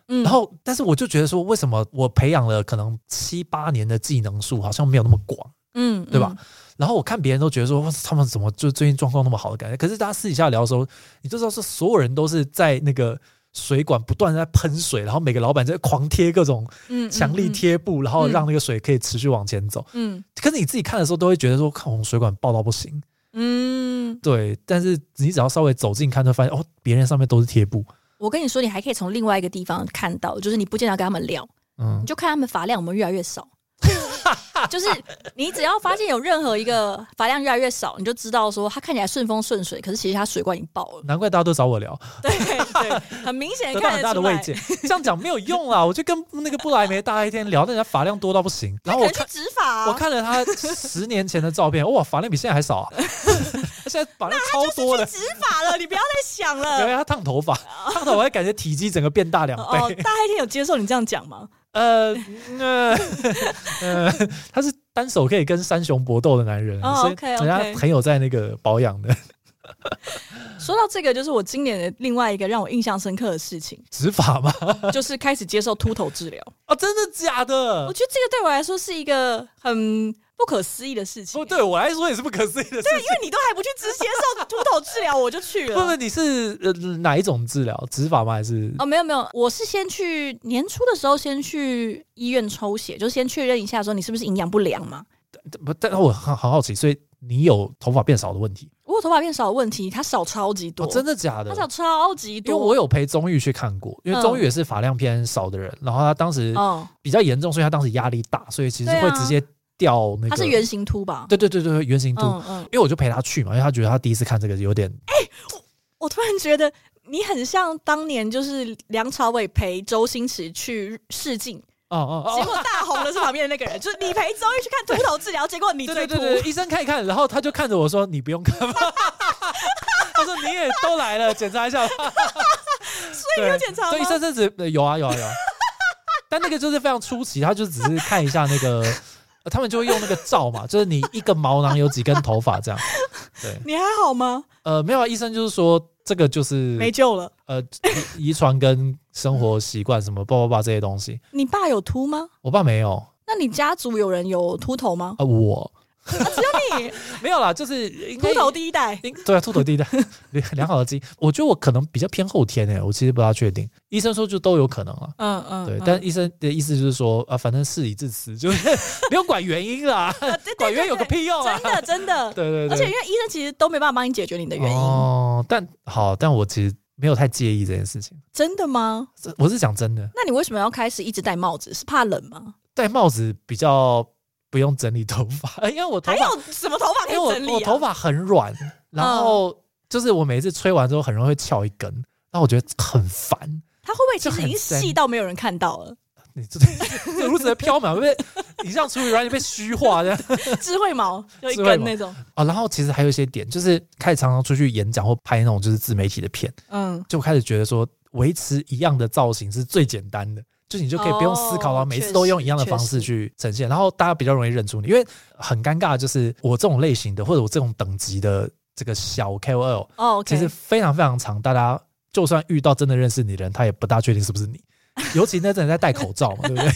Speaker 3: 嗯
Speaker 1: 然后，但是我就觉得说，为什么我培养了可能七八年的技能树，好像没有那么广，
Speaker 3: 嗯，
Speaker 1: 对吧？然后我看别人都觉得说，哇他们怎么就最近状况那么好的感觉？可是大家私底下聊的时候，你就知道是所有人都是在那个水管不断地在喷水，然后每个老板在狂贴各种
Speaker 3: 嗯？嗯，
Speaker 1: 强力贴布，然后让那个水可以持续往前走。
Speaker 3: 嗯。
Speaker 1: 可是你自己看的时候，都会觉得说，看我们水管爆到不行。
Speaker 3: 嗯嗯，
Speaker 1: 对，但是你只要稍微走近看，就发现哦，别人上面都是贴布。
Speaker 3: 我跟你说，你还可以从另外一个地方看到，就是你不见得要跟他们聊，
Speaker 1: 嗯
Speaker 3: 你，就看他们发量有没有越来越少。 就是你只要发现有任何一个发量越来越少，你就知道说他看起来顺风顺水，可是其实他水管已经爆 了。
Speaker 1: 难怪大家都找我聊。
Speaker 3: 对对，很明显
Speaker 1: 得到
Speaker 3: 哎看
Speaker 1: 很
Speaker 3: 得
Speaker 1: 大的
Speaker 3: 出来
Speaker 1: 慰藉。这样讲没有用啦，我就跟那个布莱梅大家一天聊，但人家发量多到不行。然后哦我
Speaker 3: 可能
Speaker 1: 看
Speaker 3: 去执法啊、
Speaker 1: 我看了他十年前的照片，哇，发量比现在还少 啊！他现在发量超多的，
Speaker 3: 执法了，你不要再想
Speaker 1: 原
Speaker 3: 了。
Speaker 1: 来他烫头发，烫头发还感觉体积整个变大两
Speaker 3: 哦，
Speaker 1: 倍。
Speaker 3: 大黑天有接受你这样讲吗？
Speaker 1: 呃呃呃，他是单手可以跟山熊搏斗的男人，
Speaker 3: 哦
Speaker 1: 所以人
Speaker 3: OK，OK
Speaker 1: 家很有在那个保养的。，
Speaker 3: 说到这个，就是我今年的另外一个让我印象深刻的事情
Speaker 1: 执法吗？
Speaker 3: 就是开始接受秃头治疗。
Speaker 1: 哦啊，真的假的
Speaker 3: 我？觉得这个对我来说是一个很不可思议的事情、
Speaker 1: 不，哦对我来说也是不可思议的事啊
Speaker 3: 因为你都还不去直接受秃头治疗，我就去
Speaker 1: 情。
Speaker 3: 了。
Speaker 1: 不不，你是呃哪一种治疗？植发吗？还是
Speaker 3: 哦，没有没有，我是先去年初的时候先去医院抽血，就先确认一下说你是不是营养不良嘛。
Speaker 1: 不？但但我很很好奇，所以你有头发变少的问题？
Speaker 3: 我有头发变少的问题，它少超级多，
Speaker 1: 哦，真的假的
Speaker 3: 它？少超级
Speaker 1: 因为
Speaker 3: 多。
Speaker 1: 我有陪宗玉去看过，因为
Speaker 3: 嗯
Speaker 1: 宗玉也是发量偏少的人，然后他当时
Speaker 3: 嗯，
Speaker 1: 比较严重，所以他当时压力大，所以其实
Speaker 3: 对啊
Speaker 1: 会直接掉那个。
Speaker 3: 它是圆形秃吧？
Speaker 1: 对对对对对圆形度。
Speaker 3: 嗯哎嗯，
Speaker 1: 因为我就陪他去嘛，因为他觉得他第一次看这个有点
Speaker 3: 我突然觉得你很像当年就是梁朝伟陪周星驰去试镜，
Speaker 1: 哦哦
Speaker 3: 结果大红的是旁边的那个人，就是你陪周瑜去看秃头治疗，结果你
Speaker 1: 对
Speaker 3: 最
Speaker 1: 对
Speaker 3: 秃
Speaker 1: 对。对，医生看一看，然后他就看着我说：“你不用看 吧。”他说：“你也都来了，检查一下吧。” 所
Speaker 3: 以你有检查吗
Speaker 1: 对，医生这次呃有啊有啊有 啊，但那个就是非常出奇，他就只是看一下那个， 呃他们就会用那个罩嘛，就是你一个毛囊有几根头发这样。对，
Speaker 3: 你还好吗？
Speaker 1: 呃，没有啊，医生就是说这个就是
Speaker 3: 没救了。
Speaker 1: 呃遗遗 传跟生活习惯什么叭叭叭这些东西。
Speaker 3: 你爸有秃吗？
Speaker 1: 我爸没有啊、
Speaker 3: 那你家族有人有秃头吗？
Speaker 1: 呃我
Speaker 3: 那你
Speaker 1: 没有啦，就是应该
Speaker 3: 秃头第一代，
Speaker 1: 应对啊，秃头地带 良良好的基因，我觉得我可能比较偏后天诶、欸我其实不大确定。医生说就都有可能啊，
Speaker 3: 嗯嗯
Speaker 1: 对，但医生的意思就是说啊，反正事已至此，就是 不用管原因啦，
Speaker 3: 呃对对
Speaker 1: 管原因有个屁用啊
Speaker 3: 真！的真的，
Speaker 1: 对对对，
Speaker 3: 而且因为医生其实都没办法帮你解决你的原因，
Speaker 1: 哦，但好，但我其实没有太介意这件事情，
Speaker 3: 真的吗？
Speaker 1: 这我是讲真的，
Speaker 3: 那你为什么要开始一直戴帽子？是怕冷吗？
Speaker 1: 戴帽子比较不用整理头发，因为我头
Speaker 3: 还
Speaker 1: 发，
Speaker 3: 有什么头发可
Speaker 1: 因
Speaker 3: 以
Speaker 1: 为我
Speaker 3: 整理啊？嗯
Speaker 1: 我头发很软，然后就是我每一次吹完之后很容易会翘一根，然后我觉得很烦。
Speaker 3: 它会不会其实已经
Speaker 1: 就很深
Speaker 3: 细到没有人看 到了？
Speaker 1: 你这这如此的飘渺，会被你这样处理，然后你被虚化这样
Speaker 3: 智慧毛就一
Speaker 1: 智慧
Speaker 3: 根
Speaker 1: 毛
Speaker 3: 那种，
Speaker 1: 啊、然后其实还有一些点，就是开始常常出去演讲或拍那种就是自媒体的片，
Speaker 3: 嗯，
Speaker 1: 就开始觉得说维持一样的造型是最简单的，就你就可以不用思考
Speaker 3: 哦
Speaker 1: 了，每
Speaker 3: 确
Speaker 1: 次都用
Speaker 3: 实
Speaker 1: 一样的
Speaker 3: 确
Speaker 1: 方
Speaker 3: 实
Speaker 1: 式去呈现，然后大家比较容易认出你。因为很尴尬，就是我这种类型的或者我这种等级的这个小 KOL，
Speaker 3: 哦
Speaker 1: 其
Speaker 3: ，OK，
Speaker 1: 实非常非常长，大家就算遇到真的认识你的人，他也不大确定是不是 你。尤其那阵子在戴口罩嘛，对不 对？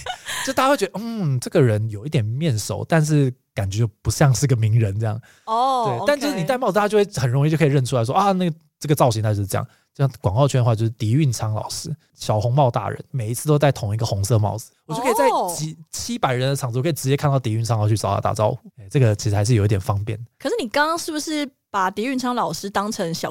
Speaker 1: 就大家会觉得，嗯，这个人有一点面熟，但是感觉就不像是个名人这样。对，
Speaker 3: 哦，
Speaker 1: 但就是你戴帽子，大家就会很容易就可以认出来说啊，那个这个造型他就是这样。像广告圈的话，就是狄运昌老师，小红帽大人，每一次都戴同一个红色帽子，我就可以在
Speaker 3: 哦
Speaker 1: 几七百人的场子，我可以直接看到狄运昌，然后去找他打招呼。哎这个其实还是有一点方便。
Speaker 3: 可是你刚刚是不是把狄运昌老师当成小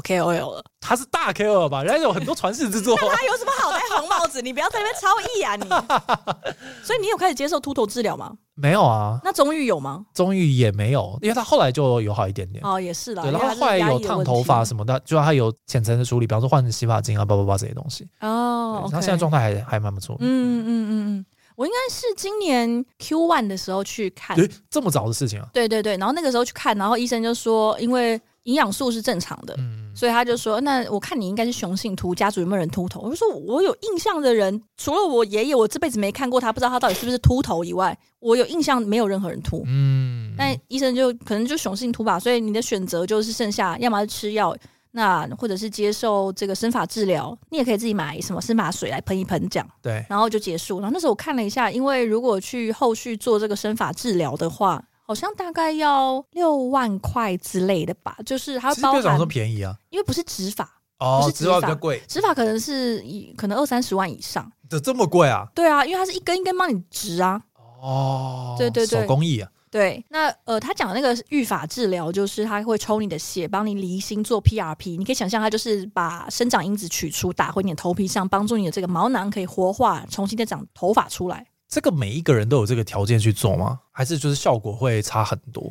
Speaker 3: KOL 了？
Speaker 1: 他是大 K 二吧？人家有很多传世之作。啊
Speaker 3: 他有什么好戴红帽子？你不要在那边超 意啊你！所以你有开始接受秃头治疗吗？
Speaker 1: 没有啊，
Speaker 3: 那终于有吗？
Speaker 1: 终于也没有，因为他后来就有好一点点。
Speaker 3: 哦，也是啦，
Speaker 1: 对，然
Speaker 3: 因为
Speaker 1: 后
Speaker 3: 他是
Speaker 1: 后来
Speaker 3: 压抑
Speaker 1: 有
Speaker 3: 的
Speaker 1: 烫
Speaker 3: 问
Speaker 1: 头发
Speaker 3: 题
Speaker 1: 什么的，就他有浅层的处理，比方说换洗发精啊，叭叭叭这些东西。对
Speaker 3: 哦，
Speaker 1: 他现在状态还还蛮不错。
Speaker 3: 嗯嗯嗯嗯，我应该是今年 Q one 的时候去看，
Speaker 1: 诶，这么早的事情啊？
Speaker 3: 对对对，然后那个时候去看，然后医生就说，因为营养素是正常的，
Speaker 1: 嗯，
Speaker 3: 所以他就说，那我看你应该是雄性秃，家族有没有人秃头？我就说，我有印象的人，除了我爷爷，我这辈子没看过他，不知道他到底是不是秃头以外，我有印象没有任何人秃。
Speaker 1: 嗯，
Speaker 3: 但医生就可能就雄性秃吧，所以你的选择就是剩下，要么是吃药，那或者是接受这个生发治疗，你也可以自己买什么生发水来喷一喷这样。
Speaker 1: 对，
Speaker 3: 然后就结束。然后那时候我看了一下，因为如果去后续做这个生发治疗的话，好像大概要六万块之类的吧，就是它
Speaker 1: 其实不
Speaker 3: 包
Speaker 1: 要讲
Speaker 3: 含
Speaker 1: 说，便宜啊，
Speaker 3: 因为不是植发，
Speaker 2: 哦
Speaker 3: 不是，
Speaker 2: 植
Speaker 3: 植
Speaker 2: 发
Speaker 3: 发
Speaker 2: 比较贵，
Speaker 3: 植发可能是以可能二三十万以上。
Speaker 2: 这这么贵啊？
Speaker 3: 对啊，因为它是一根一根帮你植啊。
Speaker 1: 哦，
Speaker 3: 对对对
Speaker 1: 手工艺啊，
Speaker 3: 对，那呃，他讲的那个育发治疗，就是他会抽你的血，帮你离心做 PRP。你可以想象，它就是把生长因子取出，打回你的头皮上，帮助你的这个毛囊可以活化，重新再长头发出来。
Speaker 1: 这个每一个人都有这个条件去做吗？还是就是效果会差很多？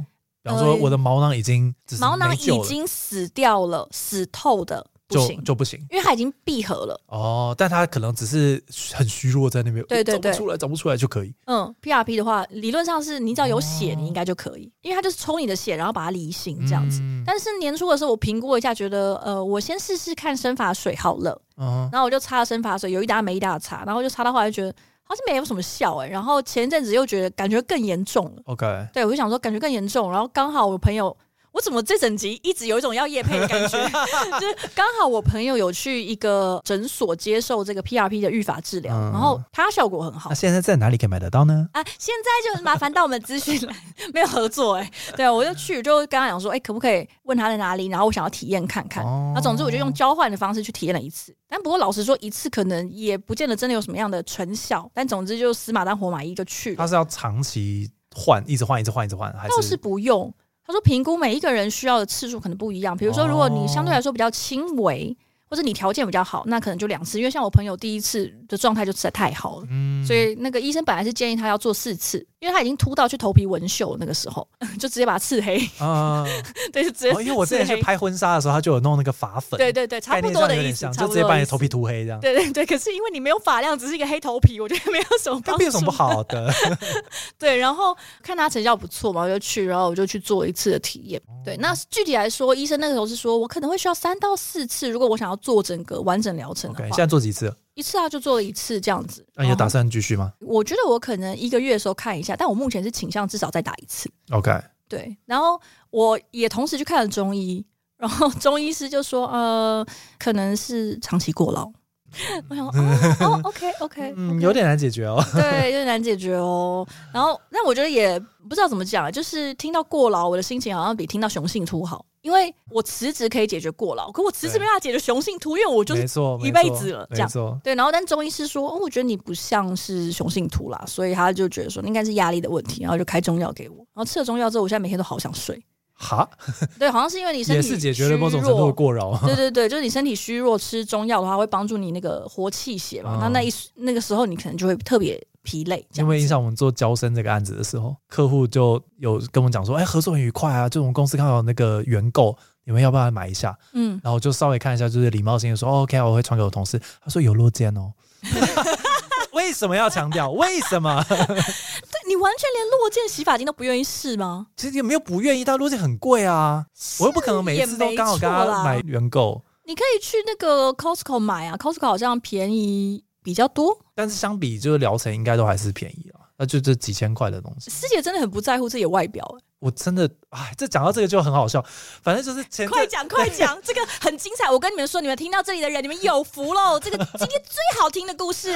Speaker 1: 比方说
Speaker 3: 呃
Speaker 1: 我的毛囊已经只是
Speaker 3: 毛囊
Speaker 1: 没救
Speaker 3: 已
Speaker 1: 了
Speaker 3: 经死掉了，死透的不
Speaker 1: 就
Speaker 3: 行，
Speaker 1: 就不行
Speaker 3: 因为它已经闭合了。
Speaker 1: 哦，但他可能只是很虚弱在那边，
Speaker 3: 对对对
Speaker 1: 长不出来长不出来就可以。
Speaker 3: 嗯，PRP 的话，理论上是你只要有血，
Speaker 1: 哦
Speaker 3: 你应该就可以，因为它就是抽你的血，然后把它离心这样子。
Speaker 1: 嗯
Speaker 3: 但是年初的时候，我评估了一下，觉得呃，我先试试看生发水好了，
Speaker 1: 嗯，
Speaker 3: 然后我就擦了生发水，有一搭没一搭的擦，然后就擦到后来就觉得好像没有什么效哎、然后前一阵子又觉得感觉更严重了，
Speaker 1: OK，
Speaker 3: 对我就想说感觉更严重，然后刚好我朋友。我我怎么这整集一直有一种要夜配的感觉？就是刚好我朋友有去一个诊所接受这个 PRP 的预法治疗，
Speaker 1: 嗯
Speaker 3: 然后它效果很好
Speaker 1: 那。现在在哪里可以买得到呢？
Speaker 3: 啊，现在就麻烦到我们资讯来，没有合作哎、对啊，我就去，就跟他讲说，哎、可不可以问他在哪里，然后我想要体验看看。
Speaker 1: 哦
Speaker 3: 那总之我就用交换的方式去体验了一次，但不过老实说，一次可能也不见得真的有什么样的成效，但总之就死马当活马医就去了
Speaker 1: 它。是要长期换，一直换，一直换，一直换，还
Speaker 3: 倒
Speaker 1: 是
Speaker 3: 是不用。他说评估每一个人需要的次数可能不一样，比如说如果你相对来说比较轻微，或者你条件比较好，那可能就两次。因为像我朋友第一次的状态就实在太好了。
Speaker 1: 嗯
Speaker 3: 所以那个医生本来是建议他要做四次，因为他已经秃到去头皮纹绣，那个时候 就直接把他刺黑，
Speaker 1: 啊、
Speaker 3: 对，就直接、
Speaker 1: 哦，因为我之前去，拍婚纱的时候，他就有弄那个发粉，
Speaker 3: 对对对，差
Speaker 1: 概
Speaker 3: 不
Speaker 1: 念
Speaker 3: 多
Speaker 1: 上
Speaker 3: 的
Speaker 1: 有
Speaker 3: 意
Speaker 1: 点
Speaker 3: 思，
Speaker 1: 像，
Speaker 3: 差
Speaker 1: 就
Speaker 3: 不
Speaker 1: 直接
Speaker 3: 多
Speaker 1: 把
Speaker 3: 的
Speaker 1: 你
Speaker 3: 意
Speaker 1: 头
Speaker 3: 思
Speaker 1: 皮。涂黑这样，
Speaker 3: 对对对，可是因为你没有发量，只是一个黑头皮，我觉得没有什么
Speaker 1: 那
Speaker 3: 帮助。
Speaker 1: 边有什么不好的？
Speaker 3: 对，然后看他成效不错嘛，我就去，然后我就去做一次的体验。
Speaker 1: 哦
Speaker 3: 对，那具体来说，医生那个时候是说我可能会需要三到四次，如果我想要做整个完整疗程
Speaker 1: OK，
Speaker 3: 的
Speaker 1: 现
Speaker 3: 话
Speaker 1: 在做几次？
Speaker 3: 一次啊就做了一次这样子。
Speaker 1: 那、你有打
Speaker 3: 然后
Speaker 1: 算继续吗
Speaker 3: 我觉得我可能一个月的时候看一下，但我目前是倾向至少再打一次。
Speaker 1: ？OK，
Speaker 3: 对，然后我也同时去看了中医，然后 中医师就说，呃，可能是长期过劳。 我想说，哦哦，OK OK，
Speaker 1: 嗯，有点难解决哦。
Speaker 3: 对，有点难解决哦。然后，那我觉得也不知道怎么讲，就是听到过劳，我的心情好像比听到雄性秃好，因为我辞职可以解决过劳，可我辞职
Speaker 1: 对
Speaker 3: 没办法解决雄性秃，因为我就
Speaker 1: 没
Speaker 3: 是
Speaker 1: 错，没
Speaker 3: 一辈
Speaker 1: 错
Speaker 3: 子了
Speaker 1: 没
Speaker 3: 这样
Speaker 1: 错。
Speaker 3: 对。然后，但中医师说，哦，我觉得你不像是雄性秃啦，所以他就觉得说应该是压力的问题，然后就开中药给我。然后吃了中药之后，我现在每天都好想睡。
Speaker 1: 哈，
Speaker 3: 对，好像是因为你身
Speaker 1: 也
Speaker 3: 体
Speaker 1: 是解决了某种
Speaker 3: 虚
Speaker 1: 程度的
Speaker 3: 弱
Speaker 1: 过劳。
Speaker 3: 对对对，就是你身体虚弱，吃中药的话会帮助你那个活气血嘛。
Speaker 1: 哦
Speaker 3: 那那一那个时候你可能就会特别疲累，
Speaker 1: 因
Speaker 3: 这样
Speaker 1: 为
Speaker 3: 子
Speaker 1: 印象我们做交生这个案子的时候，客户就有跟我讲说，哎，合作很愉快啊，就我们公司刚好有那个原购，你们要不要来买一下？
Speaker 3: 嗯，
Speaker 1: 然后我就稍微看一下，就是礼貌性的说、哦、，OK，我会传给我同事。他说有落肩哦， 为什么要强调？为什么？
Speaker 3: 你完全连落剑洗发精都不愿意试吗？
Speaker 1: 其实也没有不愿意，但落肩很贵啊，我又不可能每一次都刚好跟
Speaker 3: 也
Speaker 1: 他
Speaker 3: 没错啦
Speaker 1: 买原购。
Speaker 3: 你可以去那个 Costco 买啊，Costco 好像便宜比较多。
Speaker 1: 但是相比就是疗程，应该都还是便宜啊，那就这几千块的东西。
Speaker 3: 师姐真的很不在乎自己的外表、欸
Speaker 1: 我真的，哎，这讲到这个就很好笑。反正就是前
Speaker 3: 欸快
Speaker 1: 阵
Speaker 3: 讲快讲，这个很精彩。我跟你们说，你们听到这里的人，你们有福喽！这个今天最好听的故事，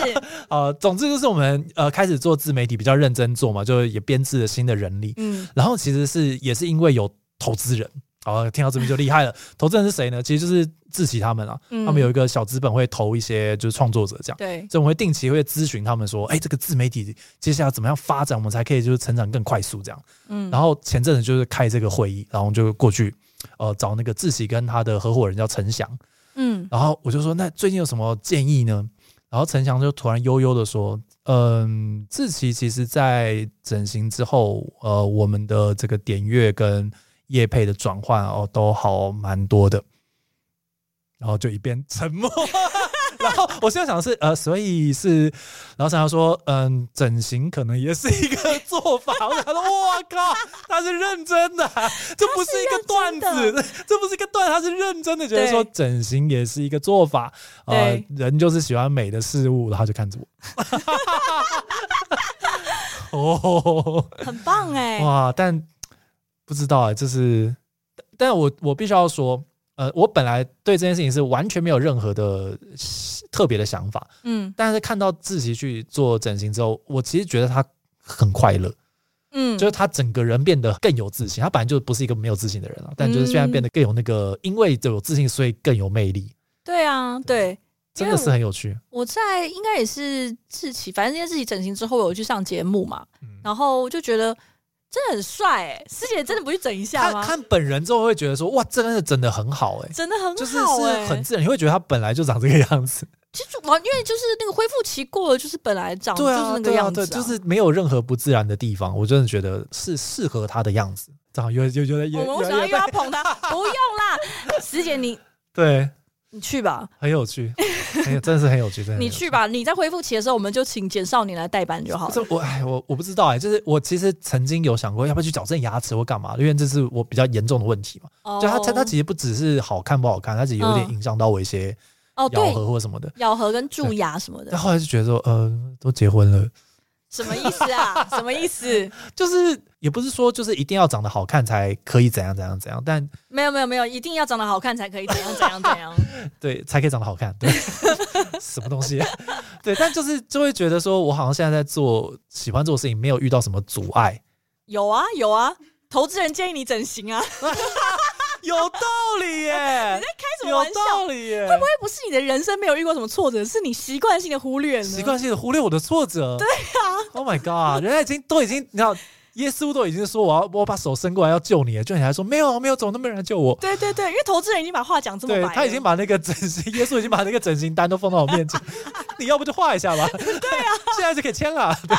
Speaker 1: 呃，总之就是我们呃开始做自媒体比较认真做嘛，就也编制了新的人力。
Speaker 3: 嗯，
Speaker 1: 然后其实是也是因为有投资人，好、听到这边就厉害 了。投资人是谁呢？其实就是志奇他们啊，
Speaker 3: 嗯
Speaker 1: 他们有一个小资本会投一些就是创作者这样。
Speaker 3: 对，
Speaker 1: 所以我们会定期会咨询他们说，哎、这个自媒体接下来怎么样发展，我们才可以就是成长更快速这样。
Speaker 3: 嗯
Speaker 1: 然后前阵子就是开这个会议，然后就过去，呃，找那个志喜跟他的合伙人叫陈翔，
Speaker 3: 嗯，
Speaker 1: 然后我就说，那最近有什么建议呢？然后陈翔就突然悠悠的说，嗯，志奇其实在整形之后，呃，我们的这个点阅跟业配的转换哦，都好蛮多的。然后就一边沉默， 然后我现在想的是，呃，所以是，然后陈翔说，嗯，整形可能也是一个做法。我想说，哇靠，他是认真的啊，这不是一个段
Speaker 3: 他是认
Speaker 1: 子， 这不是一个段，他是认真的觉得
Speaker 3: 对
Speaker 1: 说整形也是一个做法，呃
Speaker 3: 对，
Speaker 1: 人就是喜欢美的事物，然后就看着我。 哦，
Speaker 3: 很棒哎、
Speaker 1: 哇！但不知道哎、就是，但我我必须要说，呃，我本来对这件事情是完全没有任何的特别的想法，
Speaker 3: 嗯
Speaker 1: 但是看到志奇去做整形之后，我其实觉得他很快乐，
Speaker 3: 嗯，
Speaker 1: 就是他整个人变得更有自信。他本来就不是一个没有自信的人了，但就是现在变得更有那个，因为有自信，所以更有魅力，
Speaker 3: 对啊，
Speaker 1: 嗯
Speaker 3: 对。
Speaker 1: 真的是很有趣。
Speaker 3: 我在应该也是自己，反正这件事情整形之后，我有去上节目嘛，
Speaker 1: 嗯
Speaker 3: 然后就觉得真的很帅哎、师姐真的不去整一下
Speaker 1: 看
Speaker 3: 吗？
Speaker 1: 看本人之后会觉得说，哇，真的整的很好哎、
Speaker 3: 真的很好、欸，
Speaker 1: 就是是很自然，你会觉得他本来就长这个样子，
Speaker 3: 其实完，因为就是那个恢复期过了，就是本来长、
Speaker 1: 对
Speaker 3: 哦就是
Speaker 1: 啊，
Speaker 3: 那个
Speaker 1: 对啊，
Speaker 3: 样子、
Speaker 1: 对，就是没有任何不自然的地方，我真的觉得是适合他的样子。这样又又觉得也
Speaker 3: 我们
Speaker 1: 也
Speaker 3: 为什么要
Speaker 1: 也
Speaker 3: 又要捧他？不用啦，师姐你
Speaker 1: 对，
Speaker 3: 你去吧，
Speaker 1: 很有趣，很有真的是很有趣，真的很有
Speaker 3: 你
Speaker 1: 趣
Speaker 3: 去吧。你在恢复期的时候，我们就请简少年来代班就好了。
Speaker 1: 这我哎，我我不知道哎，就是我其实曾经有想过要不要去矫正牙齿或干嘛，因为这是我比较严重的问题嘛。
Speaker 3: 哦
Speaker 1: 就它它它其实不只是好看不好看，它其实有点影响到我一些
Speaker 3: 哦
Speaker 1: 咬
Speaker 3: 对，
Speaker 1: 合或什么的。
Speaker 3: 咬合跟蛀牙什么的
Speaker 1: 但，后来就觉得说，呃，都结婚了，
Speaker 3: 什么意思啊？什么意思？
Speaker 1: 就是也不是说就是一定要长得好看才可以怎样怎样怎样，但
Speaker 3: 没有没有没有，一定要长得好看才可以怎样怎样怎 样。
Speaker 1: 对才可以长得好看，对， 什么东西？啊 对，但就是就会觉得说我好像现在在做喜欢做的事情，没有遇到什么阻碍，
Speaker 3: 有啊有啊，投资人建议你整形啊， 开
Speaker 1: 有道理 耶，
Speaker 3: 什么
Speaker 1: 有
Speaker 3: 玩笑？
Speaker 1: 道理耶，
Speaker 3: 会不会不是你的人生没有遇过什么挫折，是你习惯性的忽略了？
Speaker 1: 习惯性的忽略我的挫折。对啊，Oh my God，人家已经都已经，你知道，耶稣都已经说我要我把手伸过来要救你了，就你还说没有啊没有，怎么都没有人救我？
Speaker 3: 对对对，因为投资人已经把话讲这么
Speaker 1: 对
Speaker 3: 白了，
Speaker 1: 他已经把那个整形，耶稣已经把那个整形单都放到我面 前，你要不就画一下吧。对啊，现在就可以签 了。对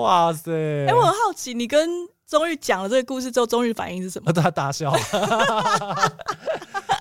Speaker 1: 哇塞！
Speaker 3: 哎、我很好奇，你跟钟玉讲了这个故事之后，钟玉反应是什么？
Speaker 1: 他大笑。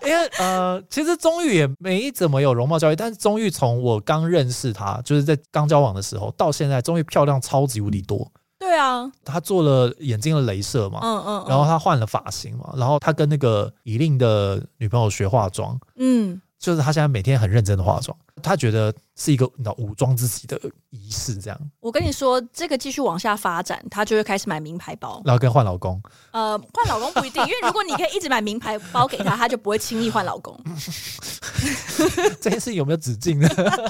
Speaker 1: 因为呃，其实钟玉也没怎么有容貌焦虑，但是钟玉从我刚认识他，就是在刚交往的时候到现在，钟玉漂亮超级无敌多。
Speaker 3: 对啊，
Speaker 1: 她做了眼睛的镭射嘛，
Speaker 3: 嗯嗯，
Speaker 1: 然后她换了发型嘛，然后她跟那个以令的女朋友学化妆，
Speaker 3: 嗯，
Speaker 1: 就是她现在每天很认真的化妆，她觉得是一个你知道武装自己的仪式这样，
Speaker 3: 我跟你说，这个继续往下发展，他就会开始买名牌 包。
Speaker 1: 然后跟换老公，
Speaker 3: 呃，换老公不一定，因为如果你可以一直买名牌包给他，他就不会轻易换老 公。
Speaker 1: 这件事情有没有止境呢？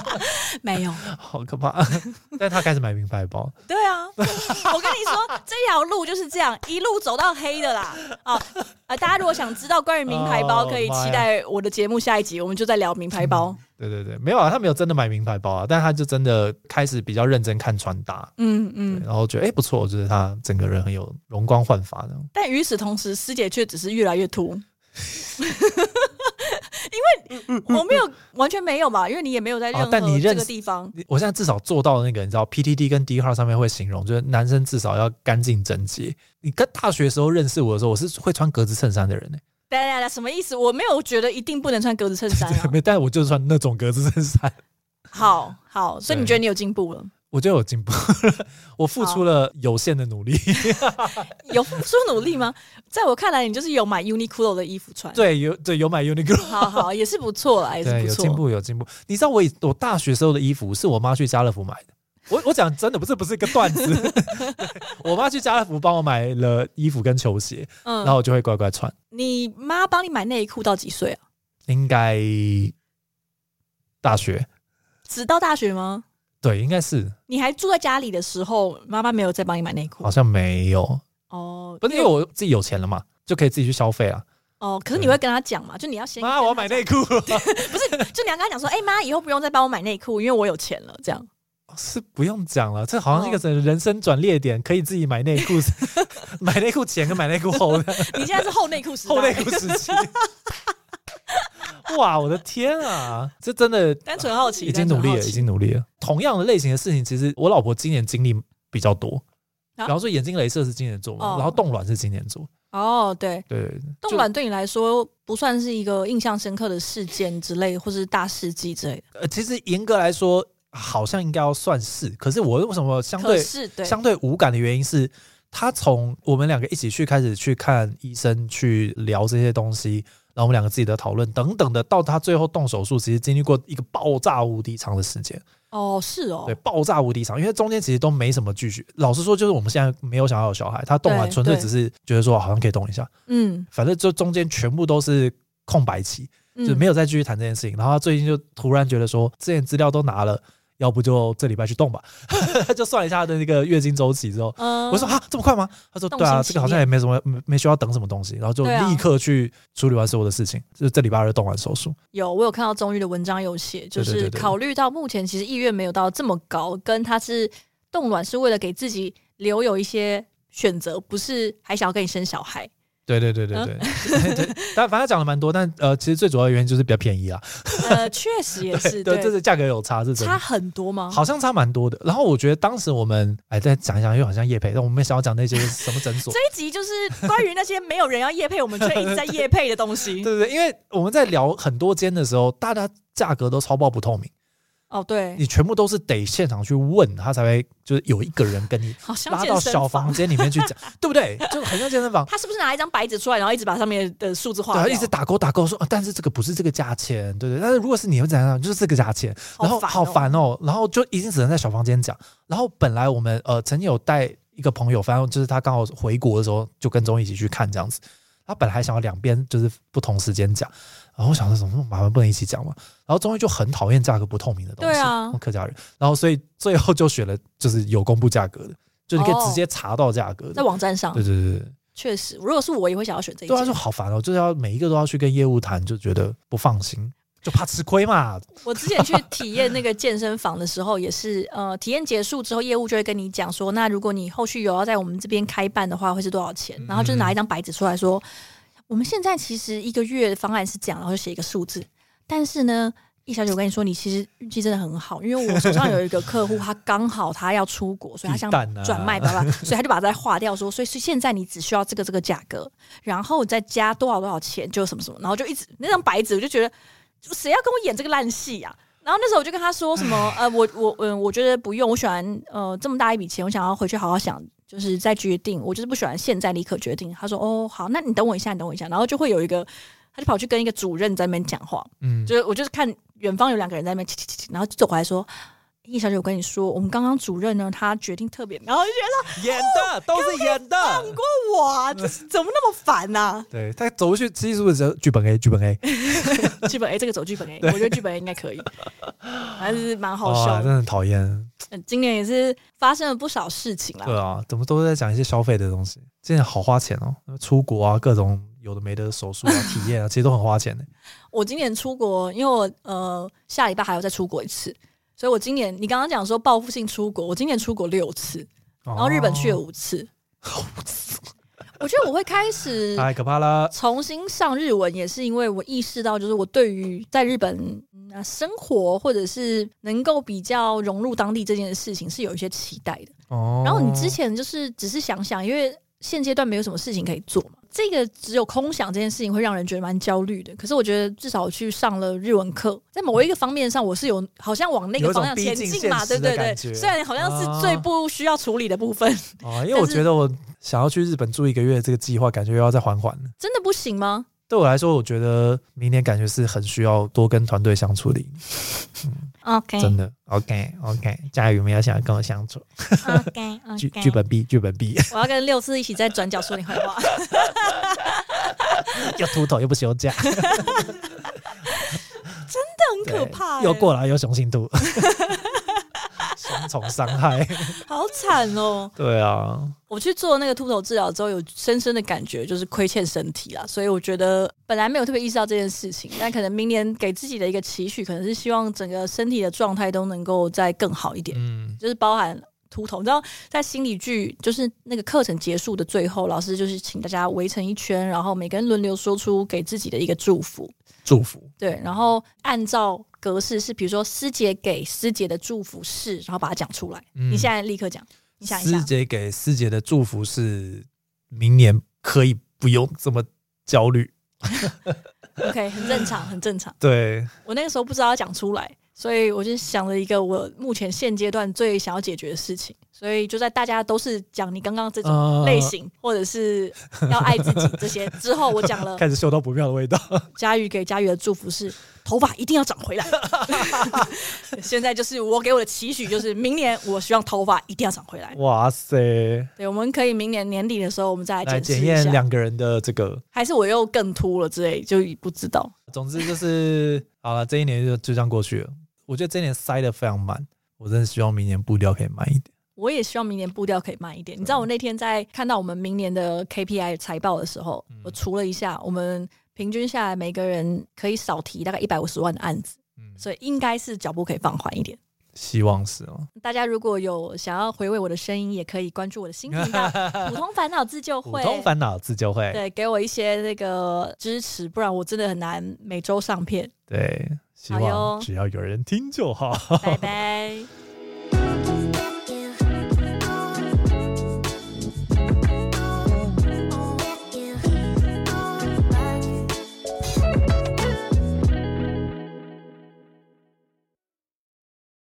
Speaker 3: 没有，
Speaker 1: 好可怕！ 但她开始买名牌包，
Speaker 3: 对啊，我跟你 说，这条路就是这样，一路走到黑的啦。啊啊！大家如果想知道关于名牌包，
Speaker 1: 哦
Speaker 3: 可以
Speaker 1: 妈呀
Speaker 3: 期待我的节目下一集，我们就在聊名牌包。
Speaker 1: 对对对，没有啊，她没有真的买名牌包啊，但她就真的开始比较认真看穿搭，
Speaker 3: 嗯
Speaker 1: 对
Speaker 3: 嗯。
Speaker 1: 然后觉得哎、不错，就是她整个人很有容光焕发的。
Speaker 3: 但与此同时，师姐却只是越来越秃。
Speaker 1: 嗯
Speaker 3: 因为我没有完全没有嘛，因为你也没有在任
Speaker 1: 哦但
Speaker 3: 何
Speaker 1: 你认
Speaker 3: 这
Speaker 1: 识
Speaker 3: 个地方，
Speaker 1: 你我现在至少做到那个，你知道 PTT 跟 d 号上面会形容，就是男生至少要干净整洁。你跟大学时候认识我的时候，我是会穿格子衬衫的人欸呢、
Speaker 3: 等等等，什么意思？我没有觉得一定不能穿格子衬 衫啊
Speaker 1: 欸，。没，但我就是穿那种格子衬衫，
Speaker 3: 好好，所以你觉得你有进步了，
Speaker 1: 我就有进步，我付出了有限的努力。
Speaker 3: 有付出努力吗？在我看来，你就是有买 Uniqlo 的衣服穿。，
Speaker 1: 对，有对有买 Uniqlo，
Speaker 3: 好好也是不错啦，也是
Speaker 1: 对，
Speaker 3: 不
Speaker 1: 有进
Speaker 3: 错。
Speaker 1: 步有进步。你知道我以我大学时候的衣服是我妈去家乐福买的。我我讲真的不是不是一个段子， 对我妈去家乐福帮我买了衣服跟球鞋，然
Speaker 3: 嗯，
Speaker 1: 后我就会乖乖穿。
Speaker 3: 你妈帮你买内裤到几岁啊？
Speaker 1: 应该大学
Speaker 3: 直到大学吗？
Speaker 1: 对，应该是
Speaker 3: 你还住在家里的时候，妈妈没有再帮你买内裤
Speaker 1: 好像没有，
Speaker 3: 哦，
Speaker 1: 不是因为我自己有钱了嘛，就可以自己去消费啊。
Speaker 3: 哦，可是你会跟她讲嘛？就你要先
Speaker 1: 妈，我要买内裤，
Speaker 3: 不是，就你要跟她讲说，哎、妈，以后不用再帮我买内裤，因为我有钱了，这样。
Speaker 1: 是不用讲了，这好像是
Speaker 3: 哦
Speaker 1: 一个人生转捩点，可以自己买内 裤，买内裤前跟买内裤后的
Speaker 3: 你现在是后内裤 时代，
Speaker 1: 后内裤时期。哇，我的天啊，这真的
Speaker 3: 单纯好奇，
Speaker 1: 已经努力
Speaker 3: 单纯好
Speaker 1: 了，
Speaker 3: 奇
Speaker 1: 已经努力了。同样的类型的事情，其实我老婆今年经历比较多。
Speaker 3: 啊
Speaker 1: 然后说眼睛镭射是今年做嘛，
Speaker 3: 哦
Speaker 1: 然后冻卵是今年做，
Speaker 3: 哦，对，
Speaker 1: 对对对
Speaker 3: 冻卵对你来说不算是一个印象深刻的事件之类，或是大事迹之类的。
Speaker 1: 呃，其实严格来说，好像应该要算是，可是我为什么相
Speaker 3: 可
Speaker 1: 对
Speaker 3: 是，对，
Speaker 1: 相对无感的原因是，他从我们两个一起去开始去看医生，去聊这些东西，然后我们两个自己的讨论等等的，到他最后动手术，其实经历过一个爆炸无敌长的时间，
Speaker 3: 哦，是哦
Speaker 1: 对，，爆炸无敌长，因为中间其实都没什么继续。老实说，就是我们现在没有想要有小孩，他动完
Speaker 3: 对
Speaker 1: 纯粹
Speaker 3: 对
Speaker 1: 只是觉得说好像可以动一下，
Speaker 3: 嗯，
Speaker 1: 反正就中间全部都是空白期。就没
Speaker 3: 有，
Speaker 1: 有再继续谈这件事情。然后他最近就突然觉得说，之前资料都拿了，要不就这礼拜去动吧。 他就算了一下他的那个月经周期之后，
Speaker 3: 嗯
Speaker 1: 我说啊，这么快吗？他说
Speaker 3: 动
Speaker 1: 对啊，
Speaker 3: 心
Speaker 1: 这个好像也没什么，没没需要等什么东西。然后就
Speaker 3: 对啊
Speaker 1: 立刻去处理完所有的事情，就是这礼拜二动完手术。
Speaker 3: 有，我有看到钟玉的文章有写，就
Speaker 1: 对
Speaker 3: 是
Speaker 1: 对对
Speaker 3: 考虑到目前其实意愿没有到这么高，跟他是冻卵是为了给自己留有一些选择，不是还想要跟你生小孩。
Speaker 1: 对对对对对，对
Speaker 3: 嗯
Speaker 1: 但反正他讲了蛮多，但呃，其实最主要的原因就是比较便宜啊，
Speaker 3: 呃，确实也 是，
Speaker 1: 对，这是价格有差，是真的
Speaker 3: 差。很多吗？
Speaker 1: 好像差蛮多的，然后我觉得当时我们哎再讲一讲，又好像叶培，但我们想要讲那些什么诊所
Speaker 3: 这，一集就是关于那些没有人要夜配，我们却一直在夜配的东西。
Speaker 1: 对对对，因为我们在聊很多间的时候，大家价格都超爆不透明，
Speaker 3: 哦，对，
Speaker 1: 你全部都是得现场去问，他才会就是有一个人跟你
Speaker 3: 好像
Speaker 1: 拉
Speaker 3: 健
Speaker 1: 到
Speaker 3: 身
Speaker 1: 小
Speaker 3: 房
Speaker 1: 房间里面去 讲，对不对？就很像健身房，
Speaker 3: 他是不是拿一张白纸出来，然后一直把上面的数字画
Speaker 1: 对啊，
Speaker 3: 掉？
Speaker 1: 一直打勾打勾说、啊，但是这个不是这个价钱，对对。但是如果是你会怎样，就是这个价钱，
Speaker 3: 好
Speaker 1: 然后
Speaker 3: 烦
Speaker 1: 好
Speaker 3: 哦
Speaker 1: 烦哦，然后就一定只能在小房间讲。然后本来我们呃曾经有带一个朋友，反正就是他刚好回国的时候就跟踪一起去看这样子。他本来还想要两边就是不同时间讲，然后我想说怎么麻烦不能一起讲嘛，然后终于就很讨厌价格不透明的东西，
Speaker 3: 对啊
Speaker 1: 客家人，然后所以最后就选了就是有公布价格的，就你可以
Speaker 3: 哦
Speaker 1: 直接查到价格的，
Speaker 3: 在网站上
Speaker 1: 对对对对。
Speaker 3: 确实，如果是我也会想要选这一
Speaker 1: 对啊，就
Speaker 3: 间。
Speaker 1: 好烦哦，就是要每一个都要去跟业务谈，就觉得不放心，就怕吃亏嘛。
Speaker 3: 我之前去体验那个健身房的时候，也是呃，体验结束之后，业务就会跟你讲说，那如果你后续有要在我们这边开办的话，会是多少钱？然后就是拿一张白纸出来说，我们现在其实一个月方案是这样，然后就写一个数字。但是呢，叶小姐，我跟你说，你其实运气真的很好，因 为我手上有一个客户，他刚好他要出国，所以他想
Speaker 1: 地蛋啊
Speaker 3: 转卖，吧吧，所以他就把它划掉说，所以所以现在你只需要这个这个价格，然后再加多少多少钱，就什么什么，然后就一直那张白纸，我就觉得谁要跟我演这个烂戏啊？然后那时候我就跟他说 什么，呃，我我嗯，我觉得不用，我喜欢呃这么大一笔钱，我想要回去好好想，就是再决定，我就是不喜欢现在立刻决定。他说哦好，那你等我一下，你等我一下，然后就会有一个，他就跑去跟一个主任在那边讲话，
Speaker 1: 嗯，
Speaker 3: 就是我就是看远方有两个人在那边，起起起然后就走过来说。叶小姐，我跟你说，我们刚刚主任呢，他决定特别，然后我就觉得
Speaker 2: 演的都是演
Speaker 3: 哦
Speaker 2: 的，
Speaker 3: 过我啊，就是怎么那么烦呐、
Speaker 1: 对他走过去，其实是不是只有剧本 A 剧本 A，
Speaker 3: 剧本 A 这个走剧本 A，我觉得剧本 A 应该可以，还是蛮好
Speaker 1: 哇
Speaker 3: 笑
Speaker 1: 真
Speaker 3: 的。
Speaker 1: 的很讨厌。
Speaker 3: 嗯今年也是发生了不少事情啦
Speaker 1: 对，啊，怎么都在讲一些消费的东西，真的好花钱哦。出国啊，各种有的没的手术啊、体验啊，其实都很花钱的。
Speaker 3: 我今年出国，因为我呃下礼拜还要再出国一次，所以我今年你刚刚讲说报复性出国，我今年出国六次，
Speaker 1: 然
Speaker 3: 然后日本去了五次。
Speaker 1: 哦
Speaker 3: 我觉得我会开始
Speaker 1: 太可怕了。
Speaker 3: 重新上日文，也是因为我意识到，就是我对于在日本、嗯啊生活或者是能够比较融入当地这件事情是有一些期待的。
Speaker 1: 哦，
Speaker 3: 然后你之前就是只是想想，因为现阶段没有什么事情可以做嘛，这个只有空想这件事情会让人觉得蛮焦虑的。可是我觉得至少我去上了日文课，在某一个方面上，我是有好像往那
Speaker 1: 有
Speaker 3: 个
Speaker 1: 一种
Speaker 3: 方向前进嘛，
Speaker 1: 逼近现实
Speaker 3: 对
Speaker 1: 的
Speaker 3: 不对？对
Speaker 1: 感，觉啊
Speaker 3: 虽然好像是最不需要处理的部分，
Speaker 1: 哦，因为我
Speaker 3: 但是
Speaker 1: 觉得我想要去日本住一个月这个计划，感觉又要再缓缓了。
Speaker 3: 真的不行吗？
Speaker 1: 对我来说，我觉得明年感觉是很需要多跟团队相处的一年。
Speaker 3: OK
Speaker 1: 真的，OK OK，佳宇没有想要跟我相处，
Speaker 3: OK
Speaker 1: 剧剧本 B 剧本 B，
Speaker 3: 我要跟六四一起在转角说你坏话。
Speaker 1: 又秃头又不休 假，
Speaker 3: 很可怕、欸，
Speaker 1: 又过来又雄性 度，双重伤害。
Speaker 3: 好惨哦！
Speaker 1: 对啊，
Speaker 3: 我去做那个秃头治疗之后，有深深的感觉就是亏欠身体啦，所以我觉得本来没有特别意识到这件事情，但可能明年给自己的一个期许，可能是希望整个身体的状态都能够再更好一点，
Speaker 1: 嗯，
Speaker 3: 就是包含。秃头，你知道，在心理剧就是那个课程结束的最后，老师就是请大家围成一圈，然后每个人轮流说出给自己的一个祝福。
Speaker 1: 祝福
Speaker 3: 对，然后按照格式是，比如说师姐给师姐的祝福是，然后把它讲出来。
Speaker 1: 嗯
Speaker 3: 你现在立刻讲，你想一
Speaker 1: 师
Speaker 3: 下，
Speaker 1: 姐给师姐的祝福是，明年可以不用这么焦虑。
Speaker 3: OK，很正常，很正常。
Speaker 1: 对，
Speaker 3: 我那个时候不知道要讲出来，所以我就想了一个我目前现阶段最想要解决的事情，所以就在大家都是讲你刚刚这种
Speaker 1: 呃
Speaker 3: 类型，或者是要爱自己这些之后，我讲 了
Speaker 1: 开始嗅到不妙的 味道。
Speaker 3: 佳宇给佳宇的祝福是头发一定要长回来。 现在就是我给我的期许，就是明年我希望头发一定要长回来。
Speaker 1: 哇塞！
Speaker 3: 对，我们可以明年年底的时候，我们再
Speaker 1: 来
Speaker 3: 来检
Speaker 1: 检
Speaker 3: 视一
Speaker 1: 验
Speaker 3: 下，
Speaker 1: 两个人的这个
Speaker 3: 还是我又更秃了之类，就不知道。
Speaker 1: 总之就是 好了，这一年就就这样过去了。我觉得这一年塞的非常满，我真的希望明年步调可以慢一点。
Speaker 3: 我也希望明年步调可以慢一点。你知道，我那天在看到我们明年的 KPI 财报的时候，
Speaker 1: 嗯
Speaker 3: 我除了一下，我们平均下来每个人可以少提大概一百五十万的案子，
Speaker 1: 嗯，
Speaker 3: 所以应该是脚步可以放缓一点。
Speaker 1: 希望是哦。
Speaker 3: 大家如果有想要回味我的声音，也可以关注我的新 频道“普通烦恼自救
Speaker 1: 普
Speaker 3: 会”。
Speaker 1: 通烦恼自救会，
Speaker 3: 对，给我一些那个支持，不然我真的 很难每周上片。
Speaker 1: 对，希
Speaker 3: 好哟
Speaker 1: 望只要有人听就好。
Speaker 3: 拜拜。